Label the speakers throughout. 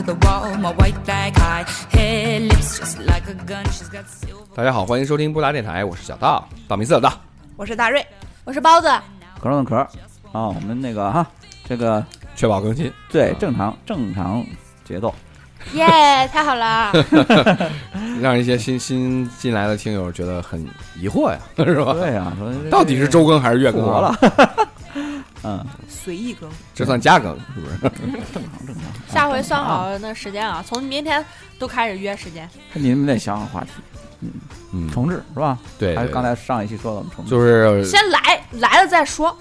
Speaker 1: my white flag high. Her lips just like a gun. She's got silver.
Speaker 2: 大家好，欢迎收听布达电台，我是小道，道明寺的道。
Speaker 3: 我是大瑞，
Speaker 4: 我是包子，
Speaker 5: 壳中的壳儿啊，我们那个哈，这个
Speaker 2: 确保更新，
Speaker 5: 对正常正常节奏，
Speaker 4: 耶、太好 了！
Speaker 2: 让一些新新进来的听友觉得很疑惑呀， 是吧？
Speaker 5: 对呀、 说这
Speaker 2: 到底是周更还是月
Speaker 5: 复
Speaker 2: 更
Speaker 5: 活
Speaker 2: 啊？
Speaker 5: 了，嗯，
Speaker 3: 随意更，
Speaker 2: 这算加更是不 是？
Speaker 5: 正常正常。
Speaker 4: 下回算好那时间啊，从明天都开始约时间。
Speaker 5: 你们得想好话题，
Speaker 2: 嗯，
Speaker 5: 重置是吧？
Speaker 2: 对，
Speaker 5: 还
Speaker 2: 对
Speaker 5: 是刚才上一期说的我们重置，
Speaker 2: 就是
Speaker 4: 先来来了再说，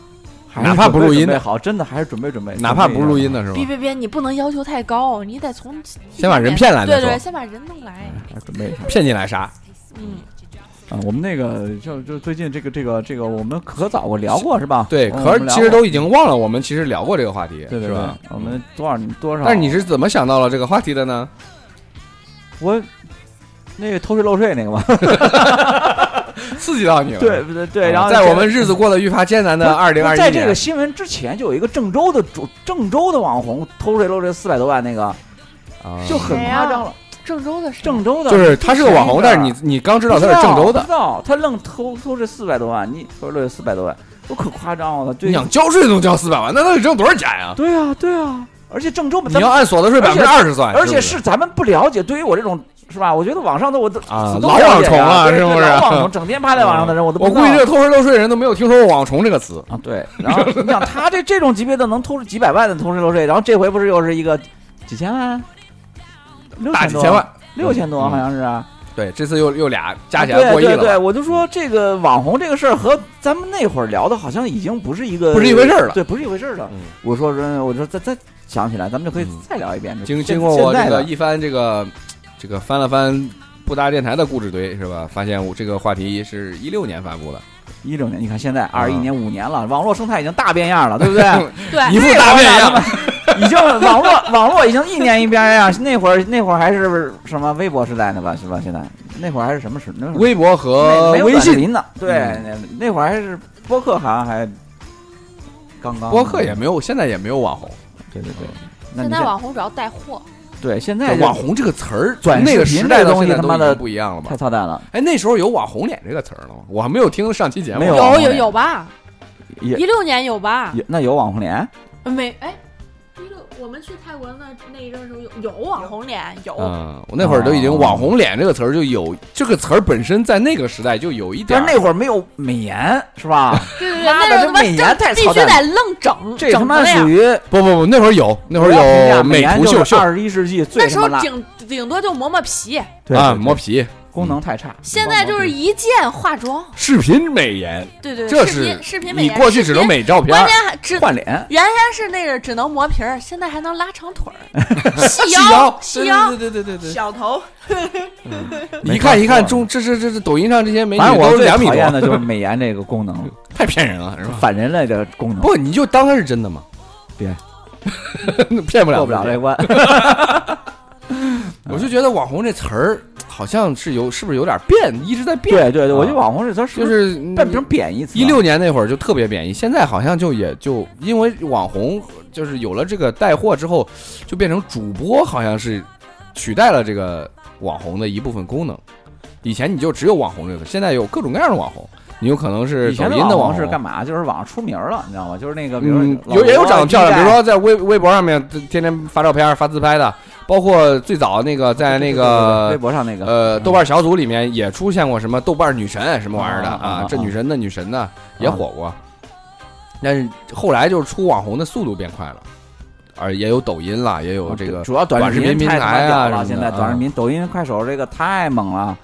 Speaker 5: 还是
Speaker 2: 哪怕不录音
Speaker 5: 准备
Speaker 2: 的
Speaker 5: 好，真的还是准备准备，
Speaker 2: 哪怕不是录音
Speaker 5: 的，
Speaker 2: 的是吧
Speaker 4: 别？别别，你不能要求太高，你得从
Speaker 2: 先把人骗来再
Speaker 4: 对
Speaker 2: 说
Speaker 4: 对，先把人弄来。
Speaker 5: 还是准备一下。
Speaker 2: 骗进来啥？
Speaker 4: 嗯，
Speaker 5: 啊，我们那个就就最近这个这个这个，我们可早我聊过是吧？
Speaker 2: 对，
Speaker 5: 哦我们
Speaker 2: 可是
Speaker 5: 聊
Speaker 2: 其实
Speaker 5: 过
Speaker 2: 都已经忘了我们其实聊过这个话题，
Speaker 5: 对对
Speaker 2: 是
Speaker 5: 对
Speaker 2: 吧？，
Speaker 5: 我们多少多少？
Speaker 2: 但是你是怎么想到了这个话题的呢？
Speaker 5: 我那个偷税漏税那个吗？
Speaker 2: 刺激到你了。
Speaker 5: 对对对，
Speaker 2: 啊
Speaker 5: 然后
Speaker 2: 在
Speaker 5: 这
Speaker 2: 我们日子过得愈发艰难的二零二一
Speaker 5: 在
Speaker 2: 年，
Speaker 5: 这个新闻之前，就有一个郑州的主郑州的网红偷税漏税四百多万，那个
Speaker 2: 啊
Speaker 5: 就很
Speaker 4: 谁呀
Speaker 5: 夸张了。
Speaker 4: 郑州的谁
Speaker 5: 郑州的
Speaker 2: 就是他是个网红，但是你你刚知
Speaker 5: 知
Speaker 2: 道他是郑州
Speaker 5: 不
Speaker 2: 的，
Speaker 5: 知道他愣偷偷这四百多万，你偷税漏税四百多万，都可夸张
Speaker 2: 你
Speaker 5: 了。对
Speaker 2: 想交税都交四百万，那到底挣多少钱呀？
Speaker 5: 对啊对啊，而且郑州咱
Speaker 2: 你啊要
Speaker 5: 们
Speaker 2: 按所得税百
Speaker 5: 而
Speaker 2: 分
Speaker 5: 且
Speaker 2: 之二十算，
Speaker 5: 而且
Speaker 2: 是
Speaker 5: 是咱们不了解，对于我这种。是吧？我觉得网上的我都
Speaker 2: 啊
Speaker 5: 死都
Speaker 2: 老
Speaker 5: 不了
Speaker 2: 网
Speaker 5: 解
Speaker 2: 虫
Speaker 5: 呀
Speaker 2: 啊
Speaker 5: 对
Speaker 2: 是
Speaker 5: 对
Speaker 2: 不是
Speaker 5: 老网虫整天趴在网上的人，我都不
Speaker 2: 我
Speaker 5: 知道
Speaker 2: 估计这个偷税漏税的人都没有听说过“网虫”这个词。
Speaker 5: 啊，对。然后你想，他这这种级别的能偷几百万的偷税漏税，然后这回不是又是一个几千万，六
Speaker 2: 大
Speaker 5: 千
Speaker 2: 几
Speaker 5: 多
Speaker 2: 千万，
Speaker 5: 六千多
Speaker 2: 嗯
Speaker 5: 好像是啊，
Speaker 2: 对，这次又又俩加起来过亿
Speaker 5: 对对对，
Speaker 2: 了吧，
Speaker 5: 我就说这个网红这个事儿和咱们那会儿聊的，好像已经不是一个
Speaker 2: 不是一回事儿了
Speaker 5: 对，不是一回事儿了
Speaker 2: 嗯。
Speaker 5: 我说说，我说再再想起来，咱们就可以
Speaker 2: 嗯
Speaker 5: 再聊一遍。
Speaker 2: 经
Speaker 5: 这
Speaker 2: 经过我这
Speaker 5: 现在
Speaker 2: 个
Speaker 5: 的
Speaker 2: 一番这个这个翻了翻布达电台的故事堆是吧？发现我这个话题是一六年发布的，
Speaker 5: 一六年，你看现在二一年五年了，网络生态已经大变样了，对不 对？
Speaker 2: 嗯一
Speaker 4: 对，
Speaker 2: 副大变样。
Speaker 5: 已经网络网络已经一年一边呀、那会儿那会儿还是什么微博时代呢吧？是吧？现在那会儿还是什么时？那会儿
Speaker 2: 微博和
Speaker 5: 没没有
Speaker 2: 微
Speaker 5: 短视
Speaker 2: 信，嗯
Speaker 5: 频呢？对，那那会儿还是播客，好像还刚刚
Speaker 2: 播客也没有，现在也没有网红。
Speaker 5: 对对对。那
Speaker 4: 现
Speaker 5: 你
Speaker 4: 在
Speaker 5: 现
Speaker 4: 网红主要带货，
Speaker 5: 对现在就
Speaker 2: 网红这个词儿，
Speaker 5: 短视频
Speaker 2: 那个时代
Speaker 5: 这
Speaker 2: 到
Speaker 5: 东西
Speaker 2: 现在都
Speaker 5: 他妈
Speaker 2: 已经
Speaker 5: 的
Speaker 2: 不一样了吧
Speaker 5: 太？操蛋了，
Speaker 2: 哎，那时候有“网红脸”这个词儿了吗？我还没有听上期节目。
Speaker 5: 没有哎网
Speaker 4: 有
Speaker 5: 红
Speaker 4: 有
Speaker 5: 脸
Speaker 4: 有吧？
Speaker 5: 也
Speaker 4: 一六年有吧？
Speaker 5: 有那有网红脸，
Speaker 4: 没哎，一六我们去泰国那那一阵时候有有网红脸有，
Speaker 2: 嗯，我那会儿都已经“
Speaker 5: 哦
Speaker 2: 网红脸”这个词儿就有，这个词儿本身在那个时代就有一点
Speaker 5: 但是
Speaker 2: 儿。
Speaker 5: 那会儿没有美颜是吧？
Speaker 2: 啊
Speaker 4: 对对对，
Speaker 5: 妈
Speaker 4: 那
Speaker 5: 的
Speaker 4: 阵儿他妈
Speaker 5: 这美颜
Speaker 4: 正
Speaker 5: 太
Speaker 4: 必
Speaker 5: 操
Speaker 4: 须
Speaker 5: 蛋
Speaker 4: 得愣整，
Speaker 5: 这他
Speaker 4: 整
Speaker 5: 妈
Speaker 4: 的呀
Speaker 5: 属于
Speaker 2: 不不不，那会儿有，那会儿有
Speaker 5: 美
Speaker 2: 美
Speaker 5: 颜
Speaker 2: 图秀秀啊
Speaker 5: 二十一世纪最
Speaker 4: 那时
Speaker 5: 他
Speaker 4: 候
Speaker 5: 妈烂
Speaker 4: 顶顶多就磨磨皮，
Speaker 5: 对
Speaker 2: 啊，
Speaker 5: 对对
Speaker 2: 磨皮、
Speaker 5: 功能太差。
Speaker 4: 现在就是一键化妆，
Speaker 2: 视频美颜，
Speaker 4: 对对，
Speaker 2: 这
Speaker 4: 视
Speaker 2: 是
Speaker 4: 频视频美
Speaker 2: 你
Speaker 4: 颜，
Speaker 2: 过去只啊能美照片
Speaker 4: 关
Speaker 2: 儿，
Speaker 4: 键还只
Speaker 5: 换脸，
Speaker 4: 原先是那个只能磨皮儿，现在还能拉长腿儿、细
Speaker 2: 细腰
Speaker 4: 腰、细腰，
Speaker 2: 对对对对对
Speaker 3: 小头
Speaker 2: 对，一看一看中，这是这是抖音上这些美女
Speaker 5: 反正我
Speaker 2: 都是
Speaker 5: 最
Speaker 2: 两米
Speaker 5: 讨厌
Speaker 2: 多，
Speaker 5: 的就是美颜这个功能，
Speaker 2: 太骗人了是吧？
Speaker 5: 反人类的功能，
Speaker 2: 不，你就当它是真的 嘛，
Speaker 5: 别
Speaker 2: 骗不了
Speaker 5: 过不了嗯
Speaker 2: 自己
Speaker 5: 这关。
Speaker 2: 我就觉得网红这词儿好像是有，是不是有点变，一直在变。
Speaker 5: 对对对，
Speaker 2: 啊
Speaker 5: 我觉得网红这词儿是
Speaker 2: 就
Speaker 5: 不是
Speaker 2: 是
Speaker 5: 变成贬义词了？
Speaker 2: 一六年那会儿就特别便宜，现在好像就也就因为网红就是有了这个带货之后，就变成主播，好像是取代了这个网红的一部分功能。以前你就只有网红这个，现在有各种各样的网红，你有可能是
Speaker 5: 以
Speaker 2: 抖
Speaker 5: 前
Speaker 2: 音
Speaker 5: 的
Speaker 2: 网
Speaker 5: 网
Speaker 2: 红
Speaker 5: 是干嘛？就是网上出名了，你知道吗？就是那个，比如
Speaker 2: 嗯
Speaker 5: 说，老
Speaker 2: 有也有
Speaker 5: 罗
Speaker 2: 长得漂亮，
Speaker 5: 一代
Speaker 2: 比如说在微微博上面天天发照片、发自拍的，包括最早那个在那
Speaker 5: 对对对对微
Speaker 2: 个
Speaker 5: 博上那个
Speaker 2: 呃
Speaker 5: 嗯
Speaker 2: 豆瓣小组里面也出现过什么豆瓣女神什么玩意儿的
Speaker 5: 啊啊
Speaker 2: 啊
Speaker 5: 啊，
Speaker 2: 这女神那女神的也火过，但是后来就是出网红的速度变快了，而也有抖音啦，也有这个
Speaker 5: 主要短视
Speaker 2: 短视频平
Speaker 5: 太他妈
Speaker 2: 台啊
Speaker 5: 屌
Speaker 2: 什么的
Speaker 5: 了，现在短视频、抖音、快手这个太猛了，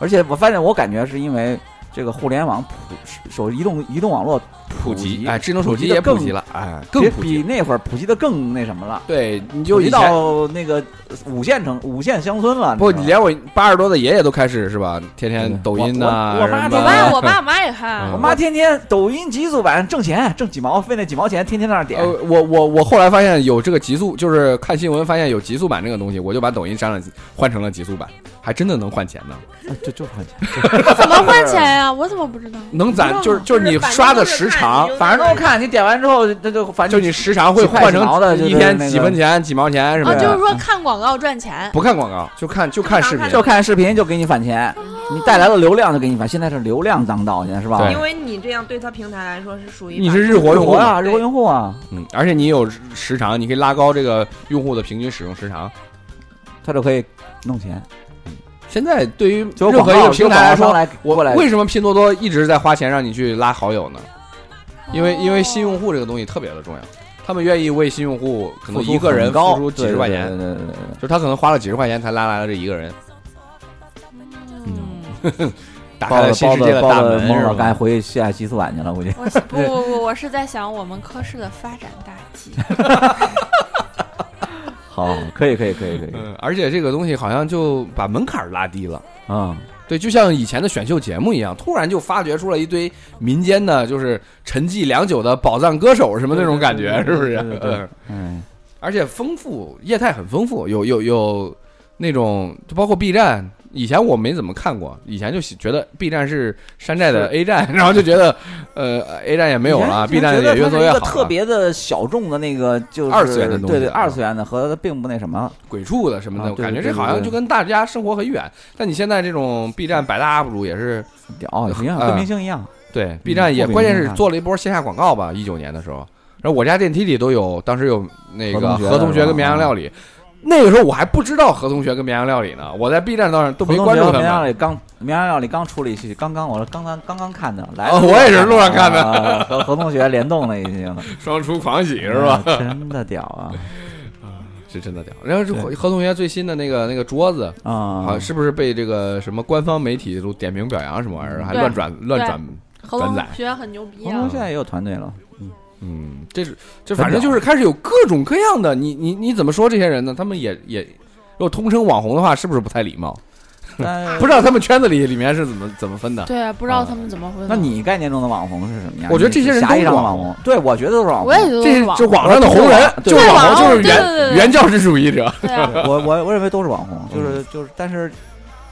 Speaker 5: 而且我发现我感觉是因为这个互联网普手移动移动网络
Speaker 2: 普及，
Speaker 5: 及，
Speaker 2: 哎，智能手机
Speaker 5: 得
Speaker 2: 也普
Speaker 5: 更
Speaker 2: 及了，哎，
Speaker 5: 比，
Speaker 2: 更普及
Speaker 5: 比。那会儿普及的更那什么了，
Speaker 2: 对，你就
Speaker 5: 普及
Speaker 2: 以前
Speaker 5: 到那个五线城、五线乡村了。
Speaker 2: 不，
Speaker 5: 你
Speaker 2: 你
Speaker 5: 知道吗
Speaker 2: 连我八十多的爷爷都开始是吧？天
Speaker 5: 对
Speaker 2: 天
Speaker 5: 对
Speaker 2: 抖
Speaker 5: 我
Speaker 2: 音
Speaker 5: 我
Speaker 2: 呐，
Speaker 5: 我妈
Speaker 2: 什
Speaker 5: 都
Speaker 2: 么
Speaker 4: 我
Speaker 5: 连
Speaker 4: 爸 我爸我妈也看
Speaker 2: 嗯，
Speaker 5: 我妈天天抖音极速版挣钱，挣几毛，费那几毛钱，天天在那儿点
Speaker 2: 呃。，我我我后来发现有这个极速，就是看新闻发现有极速版这个东西，我就把抖音删了，换成了极速版，还真的能换钱呢，
Speaker 5: 啊就就 换钱，
Speaker 3: 怎么换钱呀？我怎么不知道？
Speaker 2: 能
Speaker 4: 不知
Speaker 2: 攒
Speaker 4: 道
Speaker 2: 就是就是
Speaker 4: 就是
Speaker 2: 你
Speaker 4: 反正
Speaker 2: 刷的
Speaker 4: 都是
Speaker 2: 时
Speaker 4: 看
Speaker 2: 长
Speaker 4: 你，就
Speaker 5: 反正都是看你点完之后，那就反
Speaker 2: 就
Speaker 5: 正
Speaker 2: 你时长会
Speaker 5: 几块
Speaker 2: 换
Speaker 5: 几毛的
Speaker 2: 成
Speaker 5: 就
Speaker 2: 一
Speaker 5: 是
Speaker 2: 天
Speaker 5: 那
Speaker 2: 几
Speaker 5: 个
Speaker 2: 分钱、几毛钱什么
Speaker 3: 哦，
Speaker 5: 啊
Speaker 3: 就是
Speaker 2: 的，
Speaker 3: 说看广告赚钱。
Speaker 2: 不看广告就看就看视频，
Speaker 5: 就看视频就给你返钱，你带来了流量就给你返，现在是流量当道，现在是吧？
Speaker 2: 对
Speaker 5: 日
Speaker 2: 因
Speaker 4: 因为你这样对他平台来说是属于
Speaker 2: 你是日活用户
Speaker 5: 活
Speaker 2: 嘛，
Speaker 5: 啊，日活用户啊，
Speaker 2: 嗯，而且你有时长，你可以拉高这个用户的平均使用时长。
Speaker 5: 他就可以弄钱。
Speaker 2: 现在对于
Speaker 5: 就
Speaker 2: 任何一个平台来说，
Speaker 5: 来
Speaker 2: 我
Speaker 5: 过来，
Speaker 2: 为什么拼多多一直在花钱让你去拉好友呢？因
Speaker 4: 哦
Speaker 2: 为因为新用户这个东西特别的重要，他们愿意为新用户可能一个人付
Speaker 5: 高
Speaker 2: 出几十块钱，
Speaker 5: 对对对对对
Speaker 2: 就是他可能花了几十块钱才拉来了这一个人，
Speaker 3: 嗯，
Speaker 2: 打
Speaker 5: 包
Speaker 2: 开
Speaker 5: 了
Speaker 2: 了新世界的大
Speaker 5: 包了
Speaker 2: 门
Speaker 5: 蒙
Speaker 2: 是
Speaker 5: 老该
Speaker 2: 吧？
Speaker 5: 回下洗碗去了，估计。
Speaker 3: 我是不不不，我是在想我们科室的发展大计。
Speaker 5: 好，可以可以可以可以，
Speaker 2: 嗯，而且这个东西好像就把门槛儿拉低了。
Speaker 5: 嗯，
Speaker 2: 对，就像以前的选秀节目一样，突然就发掘出了一堆民间的，就是沉寂良久的宝藏歌手什么那种感觉，是不是？
Speaker 5: 对对对
Speaker 2: 嗯
Speaker 5: 哎，
Speaker 2: 而且丰富，业态很丰富，有有有那种，就包括 B 站，以前我没怎么看过，以前就喜觉得 B 站是山寨的 A 站，然后就觉得呃 A 站也没有了
Speaker 5: 以前
Speaker 2: ，B 站
Speaker 5: 以前觉
Speaker 2: 也越
Speaker 5: 得它
Speaker 2: 做
Speaker 5: 是
Speaker 2: 越
Speaker 5: 一
Speaker 2: 好
Speaker 5: 个
Speaker 2: 了，
Speaker 5: 特别的小众的那个就是
Speaker 2: 二次元的东西
Speaker 5: 对对，
Speaker 2: 啊
Speaker 5: 二次元的和它并不那什么，
Speaker 2: 鬼畜的什么的，
Speaker 5: 啊
Speaker 2: 我
Speaker 5: 对
Speaker 2: 感觉
Speaker 5: 对
Speaker 2: 这
Speaker 5: 对
Speaker 2: 好像
Speaker 5: 对
Speaker 2: 就跟大家生活很远。但你现在这种 B 站百大 UP 主也是
Speaker 5: 哦，一样
Speaker 2: 嗯
Speaker 5: 跟明星一样，
Speaker 2: 对，B 站也
Speaker 5: 货比
Speaker 2: 关键
Speaker 5: 三
Speaker 2: 是
Speaker 5: 家
Speaker 2: 做了一波线下广告吧，一九年的时候，然后我家电梯里都有，当时有那
Speaker 5: 何
Speaker 2: 个
Speaker 5: 同学
Speaker 2: 何同学
Speaker 5: 是吧
Speaker 2: 跟绵羊料理，那个时候我还不知道何同学跟绵羊料理呢，我在 B 站上都没
Speaker 5: 同
Speaker 2: 关注
Speaker 5: 学
Speaker 2: 他
Speaker 5: 绵羊料
Speaker 2: 们。啊
Speaker 5: 理刚绵羊料理刚出了一期，刚刚我刚刚刚刚看的，来
Speaker 2: 哦
Speaker 5: 了
Speaker 2: 我也是路上看的
Speaker 5: 啊和何同学联动了已经，
Speaker 2: 双厨狂喜是吧？
Speaker 5: 啊？真的屌 啊！
Speaker 2: 是真的屌。然后是
Speaker 5: 嗯对
Speaker 2: 何何同学最新的那个那个桌子，
Speaker 5: 啊，
Speaker 2: 好像是不是被这个什么官方媒体都点名表扬什么玩
Speaker 5: 嗯
Speaker 2: 意儿，还
Speaker 3: 对
Speaker 2: 乱转乱转。
Speaker 3: 何
Speaker 2: 转
Speaker 3: 同
Speaker 2: 载
Speaker 3: 学很牛逼
Speaker 5: 何
Speaker 3: 啊
Speaker 5: 同！现在也有团 队了，
Speaker 2: 嗯，这是这
Speaker 5: 转
Speaker 2: 反正
Speaker 5: 表
Speaker 2: 就是开始有各种各样的，你你你怎么说这些人呢？他们也也，如果通称网红的话，是不是不太礼貌？
Speaker 5: 但
Speaker 2: 不知道他们圈子里里面是怎么怎么分的。
Speaker 3: 对啊，不知道他们怎么回事。
Speaker 5: 那你概念中的网红是什么样？
Speaker 2: 我觉得这些人
Speaker 5: 狭义
Speaker 2: 都
Speaker 5: 上的
Speaker 2: 是网
Speaker 5: 网
Speaker 2: 红
Speaker 5: 红，对我觉得都是网红
Speaker 3: 我。也觉得
Speaker 2: 这
Speaker 3: 是
Speaker 2: 是
Speaker 3: 网
Speaker 2: 这网上的红人，
Speaker 5: 对
Speaker 2: 就是
Speaker 3: 网
Speaker 2: 网
Speaker 3: 红
Speaker 2: 红，就是
Speaker 3: 对
Speaker 2: 原
Speaker 3: 对对对
Speaker 2: 原教旨主义 者。
Speaker 3: 对啊，
Speaker 5: 我我我认为都是网红，
Speaker 2: 嗯
Speaker 5: 就是就是，但是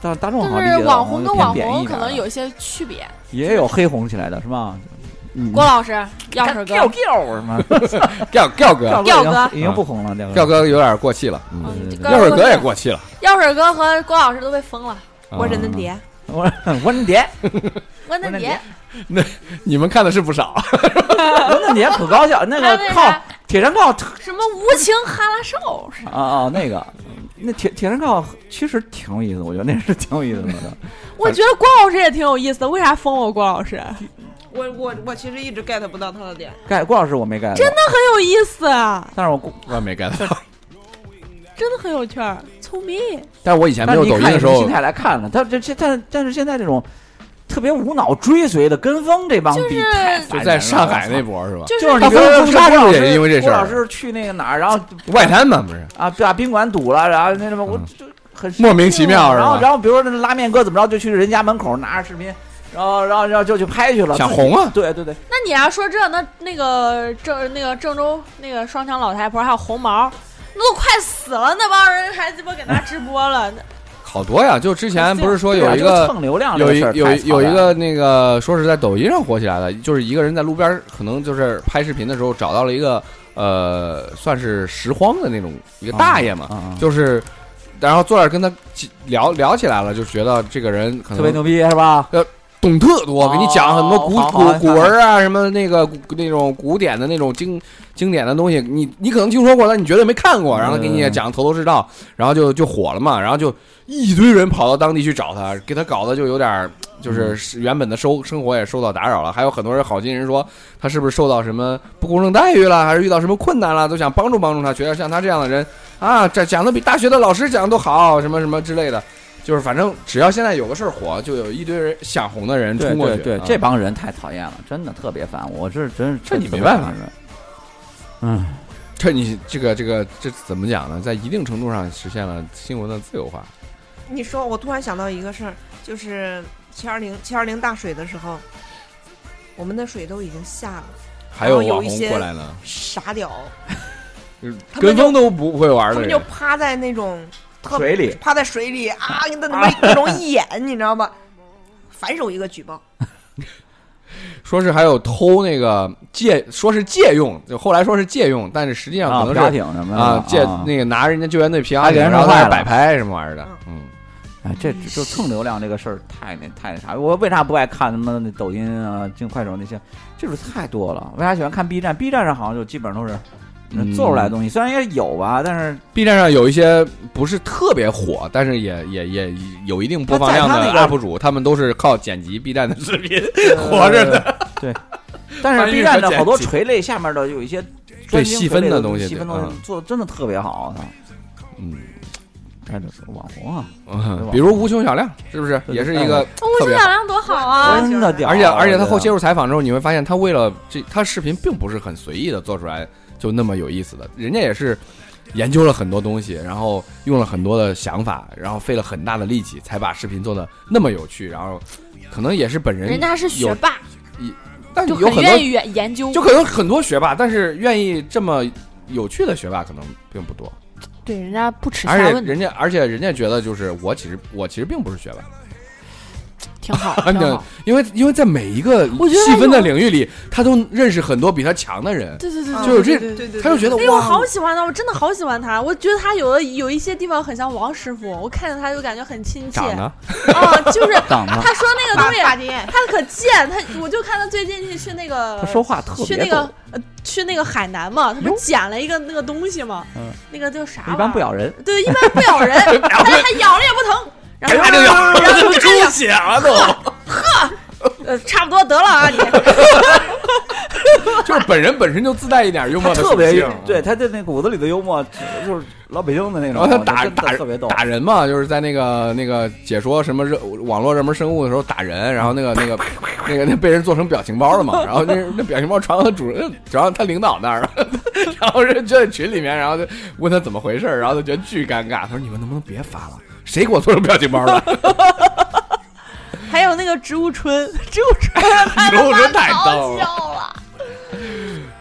Speaker 5: 大大众好像理
Speaker 3: 但
Speaker 5: 解
Speaker 3: 是
Speaker 5: 的
Speaker 3: 网
Speaker 5: 红
Speaker 3: 跟
Speaker 5: 就
Speaker 3: 网
Speaker 5: 偏贬
Speaker 3: 红
Speaker 5: 义一点啊
Speaker 3: 可能
Speaker 5: 了
Speaker 3: 有一些区别。
Speaker 5: 也有黑红起来的是吧？
Speaker 2: 嗯
Speaker 3: 郭老师，钥匙
Speaker 5: 吊
Speaker 3: 哥，
Speaker 5: 吊什么？
Speaker 2: 吊吊哥，
Speaker 3: 吊哥
Speaker 5: 已经不红了，吊
Speaker 2: 吊哥有点过气了，
Speaker 5: 嗯
Speaker 3: 嗯
Speaker 5: 对对
Speaker 3: 吊
Speaker 5: 对
Speaker 2: 药水哥也过气了。
Speaker 3: 钥匙哥和郭老师都被封了。
Speaker 2: 啊
Speaker 3: 我人的爹，
Speaker 5: 我文杰，
Speaker 3: 我的爹，
Speaker 2: 嗯你们看的是不少，
Speaker 5: 文杰可高效，那
Speaker 3: 还有
Speaker 5: 个
Speaker 3: 那
Speaker 5: 靠
Speaker 3: 啥
Speaker 5: 铁山靠特
Speaker 3: 什么无情哈拉兽，
Speaker 5: 啊啊那个。那铁铁山靠其实挺有意思，我觉得那是挺有意思的。
Speaker 3: 我觉得郭老师也挺有意思的，为啥封我郭老师？
Speaker 4: 我我我其实一直 get 不到他的点，
Speaker 5: 盖郭老师我没盖，
Speaker 3: 真的很有意思啊，
Speaker 5: 但是我
Speaker 2: 我也没 get 到。
Speaker 3: 真的很有趣儿，聪明。
Speaker 2: 但是我以哎前没有
Speaker 5: 但是
Speaker 2: 抖
Speaker 5: 你
Speaker 2: 音
Speaker 5: 看
Speaker 2: 的时
Speaker 5: 你
Speaker 2: 候
Speaker 5: 心，态来看了，但这这但但是现在这种特别无脑追随的跟风这帮
Speaker 3: 就是
Speaker 5: 逼太烦人了，
Speaker 2: 就在上海那
Speaker 5: 我
Speaker 2: 波
Speaker 5: 操。
Speaker 2: 是吧？
Speaker 3: 就
Speaker 5: 就是是
Speaker 2: 他
Speaker 5: 你
Speaker 2: 封
Speaker 5: 说
Speaker 2: 封杀
Speaker 5: 郭老
Speaker 2: 是
Speaker 5: 师，
Speaker 2: 因为这事
Speaker 5: 郭老
Speaker 2: 儿，
Speaker 5: 师去那个哪儿，然后
Speaker 2: 外滩嘛不是？
Speaker 5: 啊把宾馆堵了，然后那什么，我
Speaker 2: 嗯
Speaker 5: 就很啊
Speaker 2: 莫名其妙是吧
Speaker 5: 然后然后比如说那拉面哥怎么着，就去人家门口拿着视频，然后然后然后就去拍去了，
Speaker 2: 想
Speaker 5: 自己
Speaker 2: 红啊。
Speaker 5: 对对对，
Speaker 3: 那你要说这，那那个郑那个郑州那个双枪老太婆还有红毛，那都快死了，那帮人还鸡巴给他直播了，那
Speaker 2: 好多呀！就之前不是说
Speaker 5: 对啊
Speaker 2: 有一
Speaker 5: 这
Speaker 2: 个
Speaker 5: 蹭流量这
Speaker 2: 有
Speaker 5: 个
Speaker 2: 一
Speaker 5: 事儿
Speaker 2: 有
Speaker 5: 太
Speaker 2: 一
Speaker 5: 操
Speaker 2: 有一
Speaker 5: 蛋
Speaker 2: 个那个说是在抖音上火起来的，就是一个人在路边儿可能就是拍视频的时候找到了一个呃算是拾荒的那种一个大爷嘛，
Speaker 5: 啊啊啊
Speaker 2: 就是然后坐那儿跟他起聊聊起来了，就觉得这个人可
Speaker 5: 嗯特别
Speaker 2: 能
Speaker 5: 牛逼是吧？
Speaker 2: 懂特多，
Speaker 5: 哦
Speaker 2: 给你讲很多古
Speaker 5: 好好
Speaker 2: 古
Speaker 5: 好
Speaker 2: 古文儿啊什么那个古那种古典的那种经经典的东西，你你可能听说过，但你绝对没看过，然后给你也
Speaker 5: 嗯
Speaker 2: 讲得头头是道，然后就就火了嘛，然后就一堆人跑到当地去找他，给他搞得就有点儿
Speaker 5: 嗯
Speaker 2: 就是原本的生生活也受到打扰了，还有很多人好心人说他是不是受到什么不公正待遇了，还是遇到什么困难了，都想帮助帮助他，觉得像他这样的人啊，这讲的比大学的老师讲的都好，什么什么之类的。就是反正只要现在有个事儿火，就有一堆人想红的人
Speaker 5: 对
Speaker 2: 冲过
Speaker 5: 对
Speaker 2: 去。
Speaker 5: 对
Speaker 2: 啊，
Speaker 5: 这帮人太讨厌了，真的特别烦，我是真是
Speaker 2: 这你
Speaker 5: 特别
Speaker 2: 没办法
Speaker 5: 烦人。嗯，
Speaker 2: 这你这个这个这怎么讲呢？在一定程度上实现了新闻的自由化。
Speaker 4: 你说，我突然想到一个事儿，就是七二零七二零大水的时候，我们的水都已经下了，
Speaker 2: 还有
Speaker 4: 然后有
Speaker 2: 网
Speaker 4: 一
Speaker 2: 红
Speaker 4: 些
Speaker 2: 过来呢，
Speaker 4: 傻屌，
Speaker 2: 就是
Speaker 4: 他们
Speaker 2: 跟
Speaker 4: 就
Speaker 2: 风都不会玩
Speaker 4: 他
Speaker 2: 的
Speaker 4: 们就
Speaker 2: 人，
Speaker 4: 趴在那种特
Speaker 5: 水里
Speaker 4: 趴在水里啊， 那他妈各种演，你知道吗？反手一个举报，
Speaker 2: 说是还有偷那个借，说是借用，就后来说是借用，但是实际上
Speaker 5: 啊，
Speaker 2: 可
Speaker 5: 家
Speaker 2: 能是
Speaker 5: 艇什么的
Speaker 2: 啊借
Speaker 5: 啊
Speaker 2: 那个拿人家救援队皮
Speaker 5: 还
Speaker 2: 划
Speaker 5: 给
Speaker 2: 艇，
Speaker 5: 人
Speaker 2: 然后
Speaker 5: 弄坏
Speaker 2: 在那摆
Speaker 5: 了
Speaker 2: 拍什么玩意儿的，嗯，
Speaker 5: 哎，这这就蹭流量这个事儿太那太那啥，我为啥不爱看他妈的抖音啊、进快手那些，这种太多了。为啥喜欢看 B 站？B 站上好像就基本上都是
Speaker 2: 嗯
Speaker 5: 做出来的东西，虽然也有吧，但是
Speaker 2: B 站上有一些不是特别火，但是也也也有一定播放量
Speaker 5: 他
Speaker 2: 的
Speaker 5: 在他那
Speaker 2: UP 主，他们都是靠剪辑 B 站的视频
Speaker 5: 呃
Speaker 2: 活着的。
Speaker 5: 对， 但是
Speaker 2: 翻译
Speaker 5: B 站
Speaker 2: 和
Speaker 5: 的
Speaker 2: 剪
Speaker 5: 好多
Speaker 2: 辑
Speaker 5: 垂类下面的有一些
Speaker 2: 对
Speaker 5: 专精
Speaker 2: 细
Speaker 5: 垂类
Speaker 2: 分的
Speaker 5: 的
Speaker 2: 东西
Speaker 5: 细
Speaker 2: 对
Speaker 5: 分东西
Speaker 2: 嗯
Speaker 5: 做的真的特别好，我操！
Speaker 2: 嗯
Speaker 5: 看着网红啊，
Speaker 2: 嗯，比如无穷小亮，是不是
Speaker 5: 对哎
Speaker 2: 也是一个特
Speaker 3: 无
Speaker 2: 别
Speaker 3: 穷
Speaker 2: 好
Speaker 3: 小？亮多好啊！
Speaker 5: 真的屌！
Speaker 2: 而且而且他后接
Speaker 5: 我
Speaker 2: 受
Speaker 5: 觉
Speaker 2: 采访之后，你会发现他为了这，他视频并不是很随意的做出来就那么有意思的，人家也是研究了很多东西，然后用了很多的想法，然后费了很大的力气才把视频做的那么有趣，然后可能也是本人
Speaker 3: 人家是学
Speaker 2: 有，
Speaker 3: 霸，
Speaker 2: 但
Speaker 3: 就
Speaker 2: 有很
Speaker 3: 愿意
Speaker 2: 多
Speaker 3: 研研究。
Speaker 2: 就可能很多学霸，但是愿意这么有趣的学霸可能并不多，
Speaker 3: 对，人家不耻
Speaker 2: 而
Speaker 3: 下
Speaker 2: 且
Speaker 3: 问，
Speaker 2: 人家而且人家觉得就是我其实我其实并不是学霸。
Speaker 3: 挺好，
Speaker 2: 啊，
Speaker 3: 挺好。
Speaker 2: 因为因为在每一个
Speaker 3: 我觉得
Speaker 2: 细分的
Speaker 3: 有
Speaker 2: 领域里，他都认识很多比他强的人，
Speaker 3: 对对对
Speaker 4: 啊
Speaker 2: 就有这
Speaker 4: 对对对
Speaker 2: 他就觉得
Speaker 3: 哎呦，我
Speaker 2: 哇，
Speaker 3: 好喜欢他，我真的好喜欢他。我觉得他有的有一些地方很像王师傅，我看着他就感觉很亲切。
Speaker 2: 长得
Speaker 3: 啊，就是
Speaker 5: 得长得，
Speaker 3: 他说那个
Speaker 4: 发
Speaker 2: 啊
Speaker 3: 东西，
Speaker 4: 发癫，
Speaker 3: 他可贱，他我就看他最近去去那个
Speaker 5: 他说话特
Speaker 3: 去
Speaker 5: 别
Speaker 3: 那
Speaker 5: 逗
Speaker 3: 个，呃去那个海南嘛，他不
Speaker 5: 哟
Speaker 3: 捡了一个那个东西嘛，
Speaker 5: 嗯
Speaker 3: 那个叫啥玩意儿？
Speaker 5: 一般不咬人，
Speaker 3: 对，一般不咬人，但是他咬了也不疼。然后
Speaker 2: 咔就咬了，都哎出血了都，
Speaker 3: 呃，差不多得了啊，你
Speaker 2: 就是本人本身就自带一点幽默的
Speaker 5: 他特
Speaker 2: 属
Speaker 5: 别
Speaker 2: 性，啊
Speaker 5: 对。他的那骨子里的幽默，就是老北京的那
Speaker 2: 然
Speaker 5: 种，
Speaker 2: 后他打
Speaker 5: 真的
Speaker 2: 打
Speaker 5: 特别逗，
Speaker 2: 打人嘛，就是在那个那个解说什么热网络热门生物的时候打人，然后那个那个那个那被人做成表情包了嘛，然后那那表情包传到主任，传到他领导那儿了，然后人就在群里面，然后就问他怎么回事儿，然后他觉得巨尴尬，他说你们能不能别发了，谁给我做成表情包了？
Speaker 3: 还有那个植物春，植物春
Speaker 2: 植物春太逗
Speaker 3: 好
Speaker 2: 了，
Speaker 3: 笑了，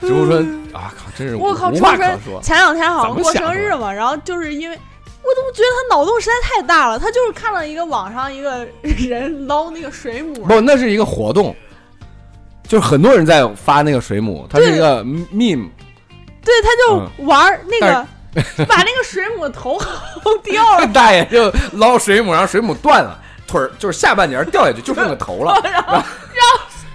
Speaker 2: 植物春啊靠，真是
Speaker 3: 我靠，
Speaker 2: 无
Speaker 3: 植物
Speaker 2: 话可
Speaker 3: 春
Speaker 2: 说。
Speaker 3: 前两天好
Speaker 2: 怎
Speaker 3: 像
Speaker 2: 么
Speaker 3: 过
Speaker 2: 想
Speaker 3: 生
Speaker 2: 的
Speaker 3: 日嘛，然后就是因为。我都觉得他脑洞实在太大了，他就是看了一个网上一个人捞那个水母，
Speaker 2: 不，那是一个活动，就是很多人在发那个水母，它是一个 meme，
Speaker 3: 对，他就
Speaker 2: 嗯
Speaker 3: 玩儿那个，把那个水母头薅掉了，
Speaker 2: 大爷就捞水母，然后水母断了。腿儿就是下半截儿掉下去，就剩个头 了。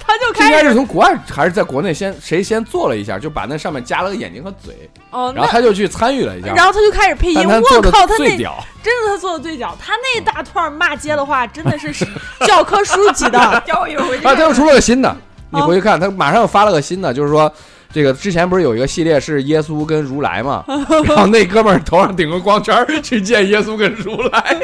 Speaker 3: 他就
Speaker 2: 这应
Speaker 3: 开
Speaker 2: 该
Speaker 3: 始
Speaker 2: 是从国外还是在国内先谁先做了一下，就把那上面加了个眼睛和嘴，
Speaker 3: 哦，
Speaker 2: 然后
Speaker 3: 那
Speaker 2: 他就去参与了一下。
Speaker 3: 然后他就开始配音，
Speaker 2: 但他做
Speaker 3: 我
Speaker 2: 的
Speaker 3: 靠，他
Speaker 2: 最
Speaker 3: 那
Speaker 2: 屌，嗯
Speaker 3: 真的他做的对角，他那大段骂街的话真的 是教科书级的，
Speaker 4: 教我一回去
Speaker 2: 啊，他又出了个新的，你
Speaker 3: 哦
Speaker 2: 回去看，他马上又发了个新的，就是说，这个之前不是有一个系列是耶稣跟如来嘛，
Speaker 3: 哦
Speaker 2: 然后那哥们儿头上顶个光圈儿去见耶稣跟如 来，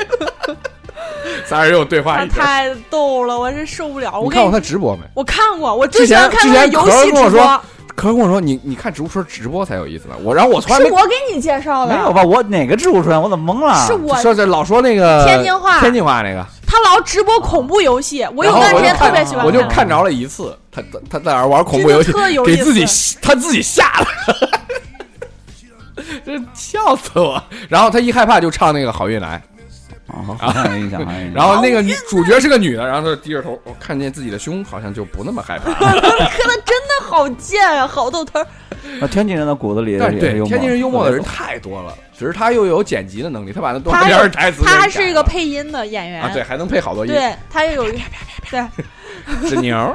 Speaker 2: 仨人又对话
Speaker 3: 他
Speaker 2: 一圈。
Speaker 3: 太逗了，我真受不了。
Speaker 2: 你
Speaker 3: 我
Speaker 2: 看
Speaker 3: 跟
Speaker 2: 过他
Speaker 3: 你，
Speaker 2: 直播没？
Speaker 3: 我看过，我
Speaker 2: 之
Speaker 3: 最喜欢
Speaker 2: 前
Speaker 3: 看
Speaker 2: 之
Speaker 3: 他的
Speaker 2: 前
Speaker 3: 游
Speaker 2: 壳儿
Speaker 3: 戏
Speaker 2: 跟我
Speaker 3: 直
Speaker 2: 说
Speaker 3: 播，
Speaker 2: 可是跟我说你你看直播说直播才有意思呢，我然后我从来
Speaker 3: 是
Speaker 2: 没
Speaker 3: 我给你介绍
Speaker 5: 没有
Speaker 3: 的，
Speaker 5: 吧？我哪个植物出现？我怎么懵了？
Speaker 3: 是我
Speaker 2: 说这老说那个
Speaker 3: 天津话
Speaker 2: 天津话那个，
Speaker 3: 他老直播恐怖游戏，我有
Speaker 2: 然后
Speaker 3: 段时
Speaker 2: 我就
Speaker 3: 间特
Speaker 2: 看
Speaker 3: 别喜欢
Speaker 2: 我就
Speaker 3: 看
Speaker 2: 看着了一次，他他他在那儿玩恐怖游戏
Speaker 3: 真的特，有
Speaker 2: 给
Speaker 3: 意思
Speaker 2: 自己吓他自己吓了， 这笑死我。然后他一害怕就唱那个《好运来
Speaker 5: 啊，好像有印象，好像有印》，象
Speaker 2: 然后那个女主角是个女的，然后她低着头，我看见自己的胸，好像就不那么害怕了。
Speaker 3: 可他真的好贱啊，好逗他。
Speaker 5: 那天津人的骨子里也
Speaker 2: 但
Speaker 5: 是
Speaker 2: 是
Speaker 5: 也是
Speaker 2: 对
Speaker 5: 幽默，
Speaker 2: 天津人幽默的人
Speaker 5: 特
Speaker 2: 太多了，只是他又有剪辑的能力，他把那多
Speaker 3: 他
Speaker 2: 少
Speaker 3: 还
Speaker 2: 点台词给
Speaker 3: 他还
Speaker 2: 改
Speaker 3: 是一个
Speaker 2: 了
Speaker 3: 配音的演员，
Speaker 2: 啊，对，还能配好多音，
Speaker 3: 对，他也有一对，
Speaker 2: 是 牛儿，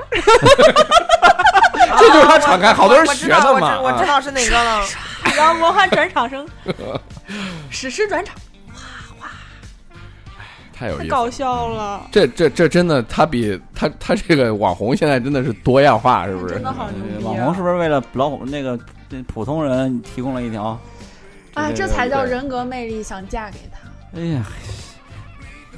Speaker 2: 这就是他敞开，好多人
Speaker 4: 我
Speaker 2: 学
Speaker 4: 知道
Speaker 2: 的
Speaker 4: 我知
Speaker 2: 嘛。
Speaker 4: 我知
Speaker 2: 啊
Speaker 4: 道是哪个了，
Speaker 3: 然后魔幻转场声，史诗转场，
Speaker 2: 太有意
Speaker 3: 太
Speaker 2: 思了。
Speaker 3: 搞笑了，
Speaker 2: 这这这真的，他比他他这个网红现在真的是多样化，是不是
Speaker 3: 真？的好牛
Speaker 5: 别
Speaker 3: 逼
Speaker 5: 的
Speaker 3: 啊。
Speaker 5: 网红是不是为了老虎那个那普通人提供了一条？
Speaker 3: 啊，
Speaker 5: 对
Speaker 3: 这才叫
Speaker 5: 对
Speaker 3: 人格魅力，想嫁给他。
Speaker 5: 哎呀，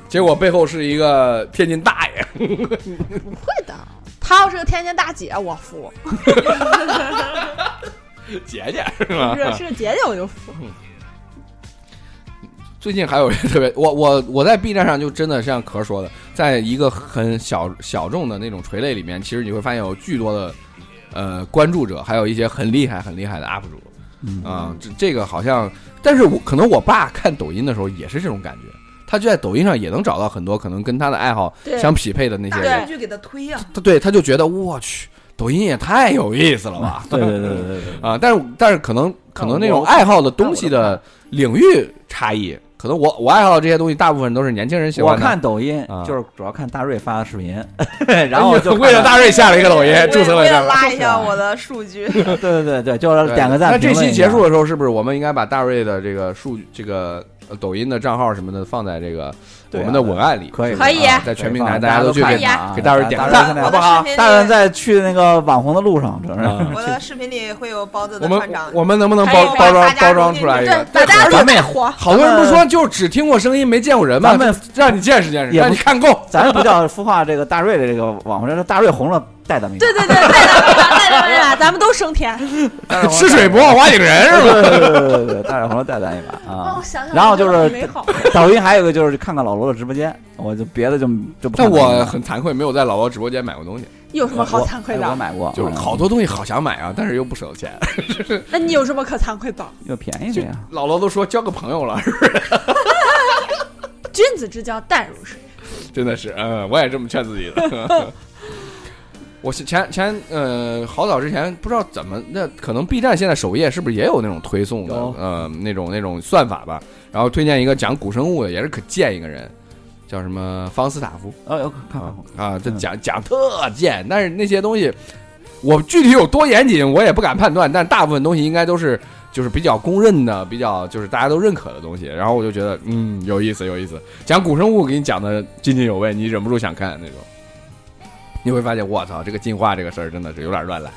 Speaker 2: 结果背后是一个天津大爷，
Speaker 3: 会的，他要是个天津大姐，我服；
Speaker 2: 姐姐是
Speaker 3: 不
Speaker 2: 吧？
Speaker 3: 是是个姐姐，我就服。
Speaker 2: 最近还有一个特别，我我我在 B 站上就真的像壳说的，在一个很小小众的那种垂类里面，其实你会发现有巨多的呃关注者，还有一些很厉害很厉害的 UP 主
Speaker 5: 嗯
Speaker 2: 啊、这这个好像但是我可能我爸看抖音的时候也是这种感觉，他就在抖音上也能找到很多可能跟他的爱好
Speaker 3: 对
Speaker 2: 相匹配的那些
Speaker 3: 对
Speaker 2: 人，
Speaker 4: 去给他推呀、
Speaker 2: 他对他就觉得我去，抖音也太有意思了吧？
Speaker 5: 对对对对对对，
Speaker 2: 啊，但是但是可能可能那种
Speaker 5: 我
Speaker 2: 爱好的东西的领域差异，可能我我爱好的这些东西，大部分都是年轻人喜
Speaker 5: 我
Speaker 2: 欢的。
Speaker 5: 看抖音
Speaker 2: 啊
Speaker 5: 就是主要看大瑞发的视频，然后我就看
Speaker 2: 为了大瑞下了一个抖音
Speaker 4: 我，
Speaker 2: 注册了
Speaker 4: 为
Speaker 2: 一下
Speaker 4: 了。拉一下我的数 据，
Speaker 5: 对对对对，就是
Speaker 2: 对
Speaker 5: 点个赞。
Speaker 2: 那这
Speaker 5: 评论
Speaker 2: 期
Speaker 5: 一
Speaker 2: 结
Speaker 5: 下
Speaker 2: 束的时候，是不是我们应该把大瑞的这个数据、这个呃抖音的账号什么的放在这个我
Speaker 5: 对啊
Speaker 2: 们的文案里？
Speaker 5: 可以
Speaker 3: 可以
Speaker 2: 啊在全平台
Speaker 5: 大
Speaker 2: 大家都去
Speaker 5: 看
Speaker 2: 给
Speaker 5: 一下啊
Speaker 2: 给大瑞点个
Speaker 5: 大
Speaker 2: 赞，
Speaker 5: 瑞
Speaker 4: 我
Speaker 2: 好
Speaker 5: 现
Speaker 2: 不
Speaker 4: 的视
Speaker 2: 好？
Speaker 4: 频
Speaker 5: 大人
Speaker 4: 里，
Speaker 5: 在去那个网红的路上，主要是。
Speaker 2: 啊
Speaker 4: 我的视频里会有包子
Speaker 2: 我
Speaker 4: 的
Speaker 2: 们
Speaker 4: 团长。
Speaker 2: 我们能不能
Speaker 4: 还有
Speaker 2: 包包
Speaker 4: 大
Speaker 2: 装
Speaker 4: 家
Speaker 2: 包装
Speaker 4: 都
Speaker 2: 出来一
Speaker 3: 对
Speaker 2: 个？，
Speaker 3: 把大家都
Speaker 5: 咱们也
Speaker 3: 带火，
Speaker 2: 好多人不是说就只听过声音没见过人吗？
Speaker 5: 咱们
Speaker 2: 让你见识见识，
Speaker 5: 也不
Speaker 2: 让你看够。
Speaker 5: 咱不叫孵化这个大瑞的这个网红，这大瑞红了带咱们一把。
Speaker 3: 对对对，带咱们带咱们俩，咱们都升天。
Speaker 5: 大瑞红了带咱们一把，
Speaker 2: 吃水不忘挖井人是吧？
Speaker 5: 对对对对对，大瑞红了带咱一把啊。
Speaker 3: 哦想
Speaker 5: 然后就是
Speaker 3: 美好。
Speaker 5: 抖音还有一个就是看看老罗的直播间，我就别的就就不看
Speaker 2: 但
Speaker 5: 抖音了。
Speaker 2: 我很惭愧，没有在老罗直播间买过东西，
Speaker 3: 有什么好惭愧
Speaker 5: 我哎我
Speaker 3: 的？啊
Speaker 5: 买过，
Speaker 2: 就是
Speaker 5: 嗯
Speaker 2: 好多东西好想买啊，但是又不舍得钱。
Speaker 3: 那你有什么可惭愧的？
Speaker 5: 又便宜的呀。
Speaker 2: 老罗都说交个朋友了，
Speaker 3: 君子之交淡如水。
Speaker 2: 真的是，嗯，我也这么劝自己的。 我是前前呃，好早之前不知道怎么，那可能 B 站现在首页是不是也有那种推送的
Speaker 5: 有
Speaker 2: 呃那种那种算法吧？然后推荐一个讲古生物的，也是可见一个人，叫什么方斯塔夫，
Speaker 5: 哦，有看看
Speaker 2: 啊
Speaker 5: 过。
Speaker 2: 啊，这
Speaker 5: 嗯
Speaker 2: 讲讲特贱，但是那些东西，我具体有多严谨，我也不敢判断，但大部分东西应该都是就是比较公认的，比较就是大家都认可的东西。然后我就觉得，嗯，有意思，有意思，讲古生物给你讲的津津有味，你忍不住想看那种。你会发现，我操，这个进化这个事儿真的是有点乱来。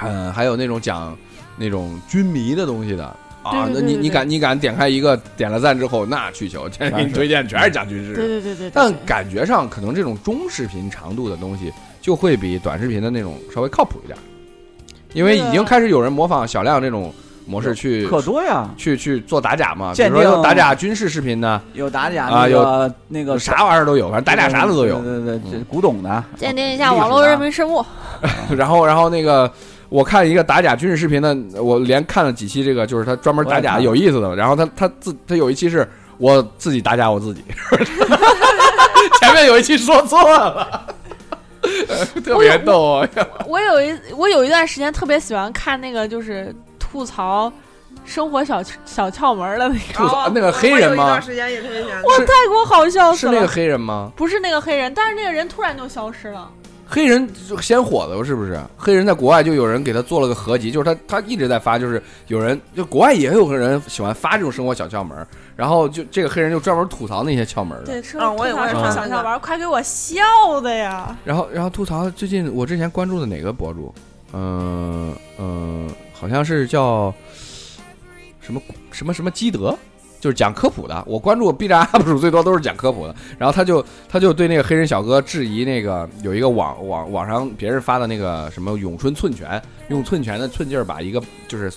Speaker 2: 嗯，还有那种讲那种军迷的东西的。啊，
Speaker 3: 对对
Speaker 2: 那
Speaker 3: 对
Speaker 2: 你
Speaker 3: 对
Speaker 2: 你
Speaker 3: 对
Speaker 2: 敢你敢点开一个点了赞之后，那去球，全给
Speaker 5: 全
Speaker 2: 你
Speaker 5: 是
Speaker 2: 推荐全是讲军事的。
Speaker 3: 对对对
Speaker 2: 但感觉上可能这种中视频长度的东西就会比短视频的那种稍微靠谱一点，因为已经开始有人模仿小亮这种模式去
Speaker 5: 可多呀，
Speaker 2: 去去做打假嘛，比
Speaker 5: 鉴
Speaker 2: 如
Speaker 5: 定
Speaker 2: 说有打假军事视频呢，
Speaker 5: 有打假
Speaker 2: 啊
Speaker 5: 那个那个
Speaker 2: 啥玩意儿都有，反正打假啥的都有。
Speaker 5: 对对对，
Speaker 2: 嗯
Speaker 5: 这古董的
Speaker 3: 鉴定一下网络热门生物，
Speaker 2: 然后然后那个我看一个打假军事视频的，我连看了几期这个，就是他专门打
Speaker 5: 我也
Speaker 2: 假
Speaker 5: 看
Speaker 2: 有意思的。然后他他自他有一期是我自己打假我自 己，前面有一期说错了， 特别逗啊！
Speaker 3: 我有一我有一段时间特别喜欢看那个就是吐槽生活小小窍门儿的那个，
Speaker 2: 吐
Speaker 4: 哦
Speaker 2: 槽啊那个黑
Speaker 4: 我有
Speaker 2: 人吗
Speaker 4: 一段时间也特别喜欢
Speaker 3: 哇，
Speaker 2: 是
Speaker 3: 太给我好笑死
Speaker 2: 是
Speaker 3: 了。
Speaker 2: 那个黑人吗？
Speaker 3: 不是那个黑人，但是那个人突然就消失了。
Speaker 2: 黑人就先火的是不是？黑人在国外就有人给他做了个合集，就是他他一直在发，就是有人就国外也有个人喜欢发这种生活小窍门儿，然后就这个黑人就专门吐槽那些窍门儿的。
Speaker 3: 对，吃
Speaker 4: 啊我也
Speaker 3: 吐槽
Speaker 4: 我也
Speaker 3: 生活
Speaker 2: 看
Speaker 4: 那
Speaker 3: 小窍
Speaker 4: 个
Speaker 3: 门儿，快给我笑的呀！
Speaker 2: 然后然后吐槽最近我之前关注的哪个博主？嗯、嗯、好像是叫什么什么什么基德。就是讲科普的，我关注 B 站 UP 主最多都是讲科普的。然后他就他就对那个黑人小哥质疑那个有一个网网网上别人发的那个什么咏春寸拳，用寸拳的寸劲儿把一个就是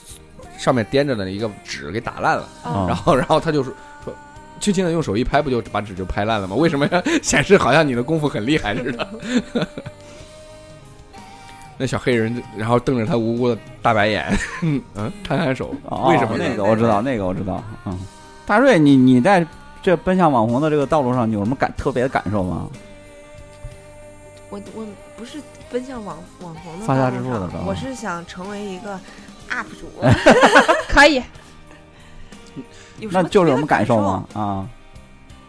Speaker 2: 上面颠着的一个纸给打烂了。
Speaker 5: 啊
Speaker 2: 然
Speaker 3: 嗯
Speaker 2: 后然后他就说说，轻轻的用手一拍，不就把纸就拍烂了吗？为什么要 显示好像你的功夫很厉害似的？ 那小黑人，然后瞪着他无辜的大白眼，嗯，摊摊手，
Speaker 5: 哦
Speaker 2: 为什么呢？
Speaker 5: 那个我知道，那个我知道。嗯，大瑞，你你在这奔向网红的这个道路上，你有什么感特别的感受吗？
Speaker 4: 我我不是奔向网网红的
Speaker 5: 发
Speaker 4: 道
Speaker 5: 家
Speaker 4: 路
Speaker 5: 致富的
Speaker 4: 上
Speaker 5: 道路
Speaker 4: 我是想成为一个 UP 主。
Speaker 3: 可以，
Speaker 4: 有什
Speaker 5: 那
Speaker 4: 么
Speaker 5: 就
Speaker 4: 特
Speaker 5: 是
Speaker 4: 别
Speaker 5: 有
Speaker 4: 的
Speaker 5: 什么
Speaker 4: 感
Speaker 5: 受吗？？啊，